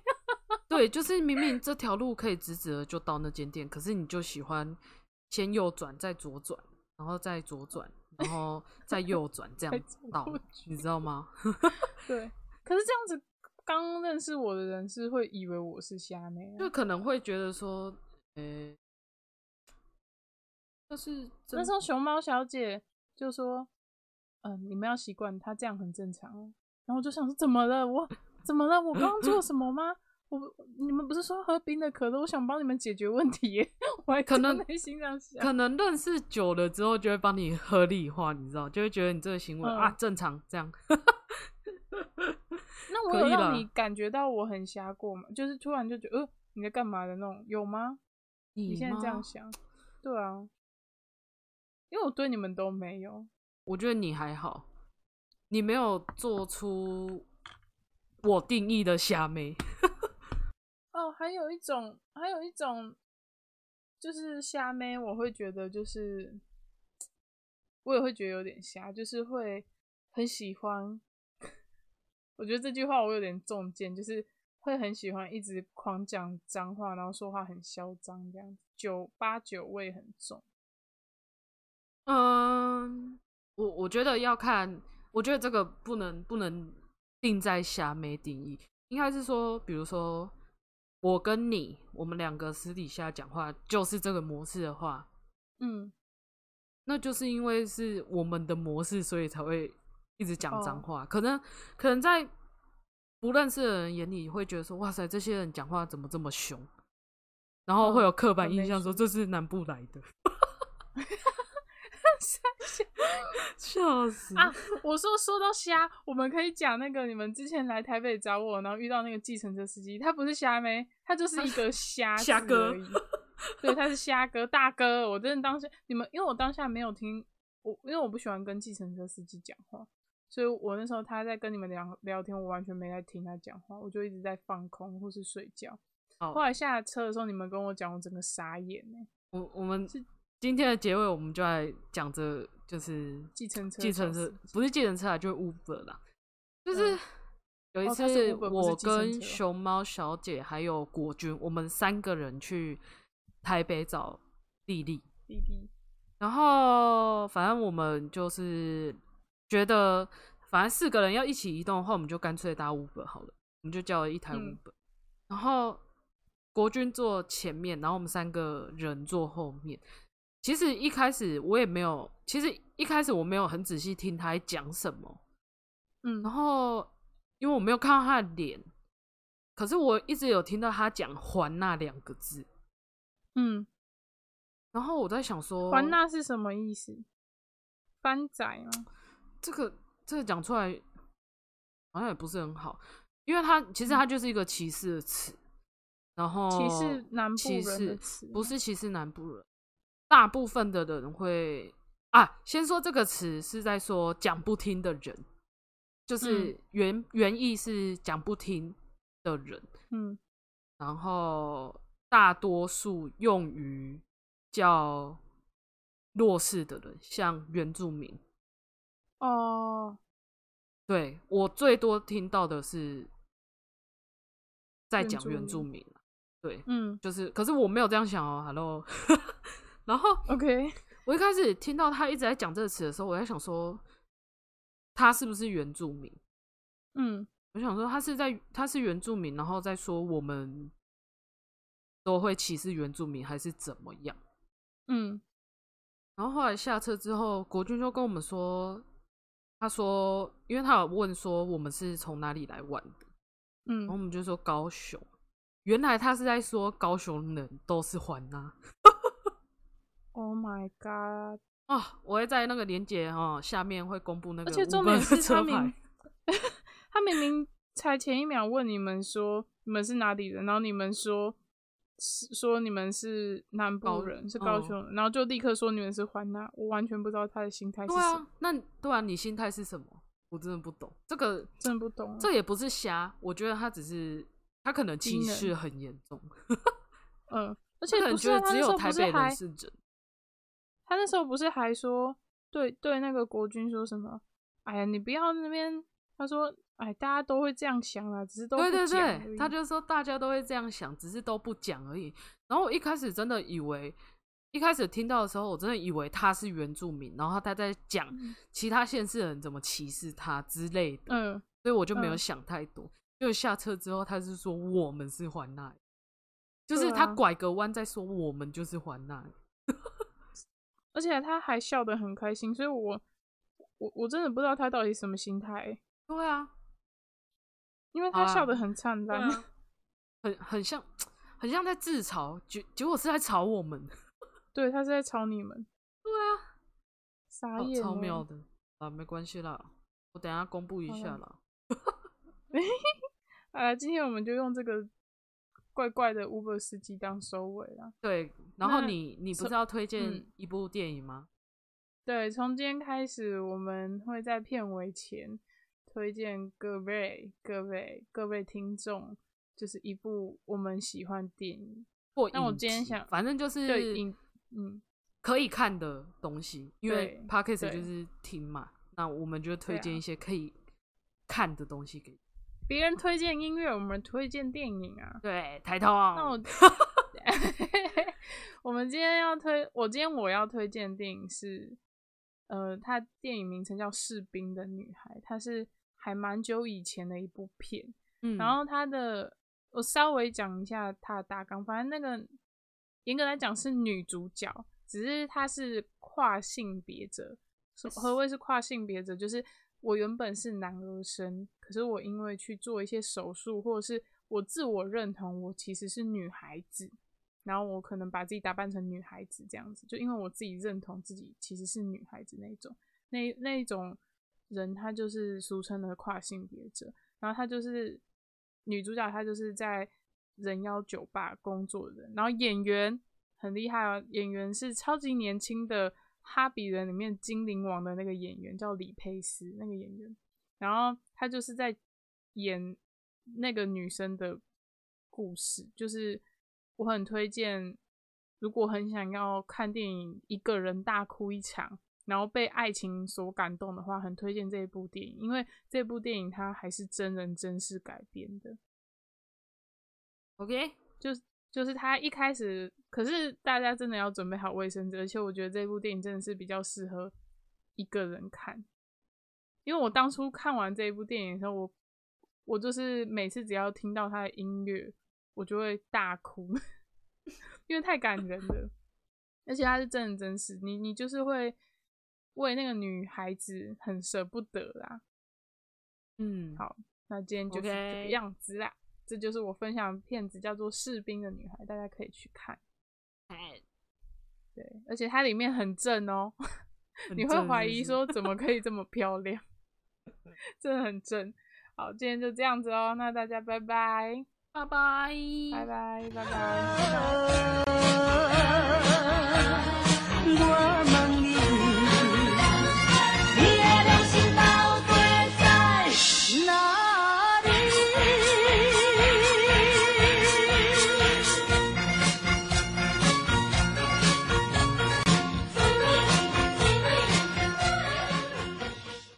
[SPEAKER 2] 对，就是明明这条路可以直直的就到那间店，可是你就喜欢先右转，再左转，然后再左转，然后再右转，这
[SPEAKER 1] 再
[SPEAKER 2] 样
[SPEAKER 1] 左
[SPEAKER 2] 到
[SPEAKER 1] 转，
[SPEAKER 2] 你知道吗？ [laughs]
[SPEAKER 1] 对，可是这样子，刚认识我的人是会以为我是虾妹、
[SPEAKER 2] 就
[SPEAKER 1] 啊。
[SPEAKER 2] 可能会觉得说，呃、但是真
[SPEAKER 1] 那时候熊猫小姐就说：“嗯、你们要习惯，她这样很正常哦。”然后我就想说：“怎么了？我怎么了？我刚刚做什么吗？”我你们不是说喝冰的可乐？我想帮你们解决问题耶， [laughs] 我还
[SPEAKER 2] 可能
[SPEAKER 1] 真内心这样想。
[SPEAKER 2] 可能认识久了之后，就会帮你合理化，你知道，就会觉得你这个行为、
[SPEAKER 1] 嗯
[SPEAKER 2] 啊正常这样。
[SPEAKER 1] 那我
[SPEAKER 2] 可
[SPEAKER 1] 有
[SPEAKER 2] 以
[SPEAKER 1] 让
[SPEAKER 2] 啦
[SPEAKER 1] 你感觉到我很瞎过吗？就是突然就觉得，呃，你在干嘛的那种，有吗？你
[SPEAKER 2] 你
[SPEAKER 1] 现在这
[SPEAKER 2] 吗
[SPEAKER 1] 样想，对啊，因为我对你们都没有，
[SPEAKER 2] 我觉得你还好，你没有做出我定义的虾妹。
[SPEAKER 1] 哦，还有一种，还有一种就是虾妹，我会觉得就是，我也会觉得有点瞎，就是会很喜欢。我觉得这句话我有点中箭，就是会很喜欢一直狂讲脏话，然后说话很嚣张，这样酒八九味很重。
[SPEAKER 2] 嗯，我我觉得要看，我觉得这个不能不能定在虾妹定义，应该是说，比如说我跟你，我们两个私底下讲话就是这个模式的话，
[SPEAKER 1] 嗯，
[SPEAKER 2] 那就是因为是我们的模式，所以才会一直讲
[SPEAKER 1] 哦
[SPEAKER 2] 脏话。可能可能在不认识的人眼里，会觉得说：“哇塞，这些人讲话怎么这么凶？”然后会有刻板
[SPEAKER 1] 很
[SPEAKER 2] 印
[SPEAKER 1] 雷
[SPEAKER 2] 象说
[SPEAKER 1] 区
[SPEAKER 2] 这是南部来的， [laughs] 笑死！
[SPEAKER 1] 啊我说说到虾，我们可以讲那个你们之前来台北找我，然后遇到那个计程车司机，他不是虾妹，他就是一个
[SPEAKER 2] [laughs]
[SPEAKER 1] 虾
[SPEAKER 2] 虾
[SPEAKER 1] 字
[SPEAKER 2] 哥
[SPEAKER 1] 而已对，他是虾哥大哥。我真的当时你们，因为我当下没有听我，因为我不喜欢跟计程车司机讲话，所以我那时候他在跟你们聊聊天，我完全没在听他讲话，我就一直在放空或是睡觉。
[SPEAKER 2] 好
[SPEAKER 1] 后来下车的时候，你们跟我讲，我整个傻眼欸呢、
[SPEAKER 2] 我我们今天的结尾，我们就来讲这就是
[SPEAKER 1] 计程车
[SPEAKER 2] 计
[SPEAKER 1] 小
[SPEAKER 2] 程车
[SPEAKER 1] 司机
[SPEAKER 2] 不是计程车啊，就是 Uber 啦。就是
[SPEAKER 1] 嗯
[SPEAKER 2] 有一
[SPEAKER 1] 哦
[SPEAKER 2] 次
[SPEAKER 1] 它是 Uber 不是
[SPEAKER 2] 我
[SPEAKER 1] 计程
[SPEAKER 2] 跟
[SPEAKER 1] 车
[SPEAKER 2] 熊猫小姐还有果君，我们三个人去台北找丽丽，
[SPEAKER 1] 滴滴，
[SPEAKER 2] 然后反正我们就是觉得，反正四个人要一起移动的话，我们就干脆搭 Uber 好了，我们就叫了一台
[SPEAKER 1] 嗯
[SPEAKER 2] Uber，、然后国军坐前面，然后我们三个人坐后面。其实一开始我也没有，其实一开始我没有很仔细听他在讲什么，
[SPEAKER 1] 嗯
[SPEAKER 2] 然，后因为我没有看到他的脸，可是我一直有听到他讲“还”那两个字，
[SPEAKER 1] 嗯。
[SPEAKER 2] 然后我在想说，
[SPEAKER 1] 环纳是什么意思？番仔吗？
[SPEAKER 2] 这个这个讲出来好像也不是很好，因为它其实它就是一个歧视的词，然后
[SPEAKER 1] 嗯歧视南部
[SPEAKER 2] 哦歧
[SPEAKER 1] 人的
[SPEAKER 2] 视
[SPEAKER 1] 词
[SPEAKER 2] 不是歧视南部人，大部分的人会啊，先说这个词是在说讲不听的人，
[SPEAKER 1] 嗯
[SPEAKER 2] 就是原、原意是讲不听的人，
[SPEAKER 1] 嗯
[SPEAKER 2] 然后大多数用于叫弱势的人，像原住民。
[SPEAKER 1] 哦，
[SPEAKER 2] 对我最多听到的是在
[SPEAKER 1] 原
[SPEAKER 2] 讲
[SPEAKER 1] 住
[SPEAKER 2] 原住
[SPEAKER 1] 民
[SPEAKER 2] 民啊，对，
[SPEAKER 1] 嗯
[SPEAKER 2] 就是，可是我没有这样想哦，Hello。然后
[SPEAKER 1] ，OK，
[SPEAKER 2] 我一开始听到他一直在讲这个词的时候，我在想说，他是不是原住民？
[SPEAKER 1] 嗯
[SPEAKER 2] 我想说他是在他是原住民，然后再说我们都会歧视原住民，还是怎么样？
[SPEAKER 1] 嗯
[SPEAKER 2] 然后后来下车之后，国军就跟我们说，他说，因为他有问说我们是从哪里来玩的。然后我
[SPEAKER 1] 嗯，
[SPEAKER 2] 们就说高雄，原来他是在说高雄人都是环呐、
[SPEAKER 1] Oh my god！
[SPEAKER 2] 哦，我会在那个连接哦下面会公布那个
[SPEAKER 1] 而
[SPEAKER 2] Uber 的
[SPEAKER 1] 且
[SPEAKER 2] 车牌，
[SPEAKER 1] 重点是他明他明明才前一秒问你们说你们是哪里人，然后你们说是说你们是南部人，
[SPEAKER 2] 嗯
[SPEAKER 1] 是高雄人，然后就立刻说你们是环南，我完全不知道他的心态是
[SPEAKER 2] 对
[SPEAKER 1] 什么，
[SPEAKER 2] 啊，那对啊，你心态是什么？我真的不懂这个，
[SPEAKER 1] 真的不懂啊。
[SPEAKER 2] 这也不是瞎，我觉得他只是他可能歧
[SPEAKER 1] 低能
[SPEAKER 2] 视很严重，
[SPEAKER 1] 嗯，而
[SPEAKER 2] 他
[SPEAKER 1] 且
[SPEAKER 2] 可能
[SPEAKER 1] 不是
[SPEAKER 2] 觉
[SPEAKER 1] 啊
[SPEAKER 2] 得只有
[SPEAKER 1] 他那时候
[SPEAKER 2] 台北
[SPEAKER 1] 不是还
[SPEAKER 2] 人是人。
[SPEAKER 1] 他那时候不是还说对对那个国军说什么？哎呀，你不要那边，他说哎，大家都会这样想啦，只是都不
[SPEAKER 2] 对对
[SPEAKER 1] 讲而
[SPEAKER 2] 对，
[SPEAKER 1] 已
[SPEAKER 2] 他就说大家都会这样想，只是都不讲而已。然后我一开始真的以为，一开始听到的时候，我真的以为他是原住民，然后他在讲其他县市人怎么歧视他之类的，
[SPEAKER 1] 嗯，
[SPEAKER 2] 所以我就没有
[SPEAKER 1] 嗯
[SPEAKER 2] 想太多。就下车之后，他是说我们是环奈，就是
[SPEAKER 1] 对
[SPEAKER 2] 他
[SPEAKER 1] 啊
[SPEAKER 2] 拐个弯再说我们就是环奈。
[SPEAKER 1] 而且他还笑得很开心，所以我我我真的不知道他到底什么心态、
[SPEAKER 2] 对啊，
[SPEAKER 1] 因为
[SPEAKER 2] 好
[SPEAKER 1] 他
[SPEAKER 2] 啦
[SPEAKER 1] 笑得很灿烂。
[SPEAKER 2] 啊很很像，很像在自嘲，结结果是在嘲我们，
[SPEAKER 1] 对他是在吵你们，对啊，傻
[SPEAKER 2] 哦
[SPEAKER 1] 眼、欸，
[SPEAKER 2] [laughs] 超妙的啊，没关系啦，我等一下公布一
[SPEAKER 1] 好啦
[SPEAKER 2] 下啦。
[SPEAKER 1] 啊！今天我们就用这个怪怪的 Uber 司机当收尾了。
[SPEAKER 2] 对，然后
[SPEAKER 1] 那
[SPEAKER 2] 你你不
[SPEAKER 1] 首
[SPEAKER 2] 是要推荐
[SPEAKER 1] 嗯
[SPEAKER 2] 一部电影吗？
[SPEAKER 1] 对，从今天开始，我们会在片尾前推荐各位、各位、各位听众，就是一部我们喜欢的电影。
[SPEAKER 2] 或
[SPEAKER 1] 那我
[SPEAKER 2] 影
[SPEAKER 1] 今天
[SPEAKER 2] 集
[SPEAKER 1] 想
[SPEAKER 2] 反正就
[SPEAKER 1] 对，
[SPEAKER 2] 是
[SPEAKER 1] 影，嗯，
[SPEAKER 2] 可以看的东西，因为
[SPEAKER 1] 对
[SPEAKER 2] p o d c a s t
[SPEAKER 1] 对
[SPEAKER 2] 就是听嘛，那我们就推
[SPEAKER 1] 对啊
[SPEAKER 2] 荐一些可以看的东西给你。
[SPEAKER 1] 别人推荐音乐，我们推荐电影啊。
[SPEAKER 2] 对，抬头。
[SPEAKER 1] 那我， [laughs] 我们今天要推，我今天我要推荐的电影是，呃，它电影名称叫《士兵的女孩》，它是还蛮久以前的一部片。
[SPEAKER 2] 嗯，
[SPEAKER 1] 然后它的，我稍微讲一下它的大纲，反正那个严格来讲是女主角，只是她是跨性别者。所何谓是跨性别者？就是我原本是男儿身，可是我因为去做一些手术，或者是我自我认同我其实是女孩子，然后我可能把自己打扮成女孩子这样子，就因为我自己认同自己其实是女孩子那一种，那那一种人他就是俗称的跨性别者。然后她就是女主角，她就是在人妖酒吧工作的人，然后演员很厉害哦，演员是超级年轻的《哈比人》里面精灵王的那个演员叫李佩斯，那个演员，然后她就是在演那个女生的故事，就是我很推荐，如果很想要看电影，一个人大哭一场。然后被爱情所感动的话，很推荐这一部电影，因为这部电影它还是真人真事改编的，
[SPEAKER 2] OK，
[SPEAKER 1] 就是它一开始，可是大家真的要准备好卫生纸，而且我觉得这部电影真的是比较适合一个人看，因为我当初看完这一部电影的时候，我我就是每次只要听到它的音乐，我就会大哭， [laughs] 因为太感人了，而且它是真人真事，你你就是会为那个女孩子很舍不得啦，
[SPEAKER 2] 嗯，
[SPEAKER 1] 好那今天就是这个
[SPEAKER 2] OK
[SPEAKER 1] 样子啦。这就是我分享的片子，叫做《士兵的女孩》，大家可以去看。
[SPEAKER 2] 哎，
[SPEAKER 1] 对，而且它里面很正哦，
[SPEAKER 2] 很
[SPEAKER 1] 你会
[SPEAKER 2] 正
[SPEAKER 1] 怀
[SPEAKER 2] 是不
[SPEAKER 1] 疑
[SPEAKER 2] 是
[SPEAKER 1] 说怎么可以这么漂亮， [laughs] 真的很正。好，今天就这样子哦，那大家拜拜，
[SPEAKER 2] 拜拜，
[SPEAKER 1] 拜拜，拜拜，拜拜。
[SPEAKER 3] 啊。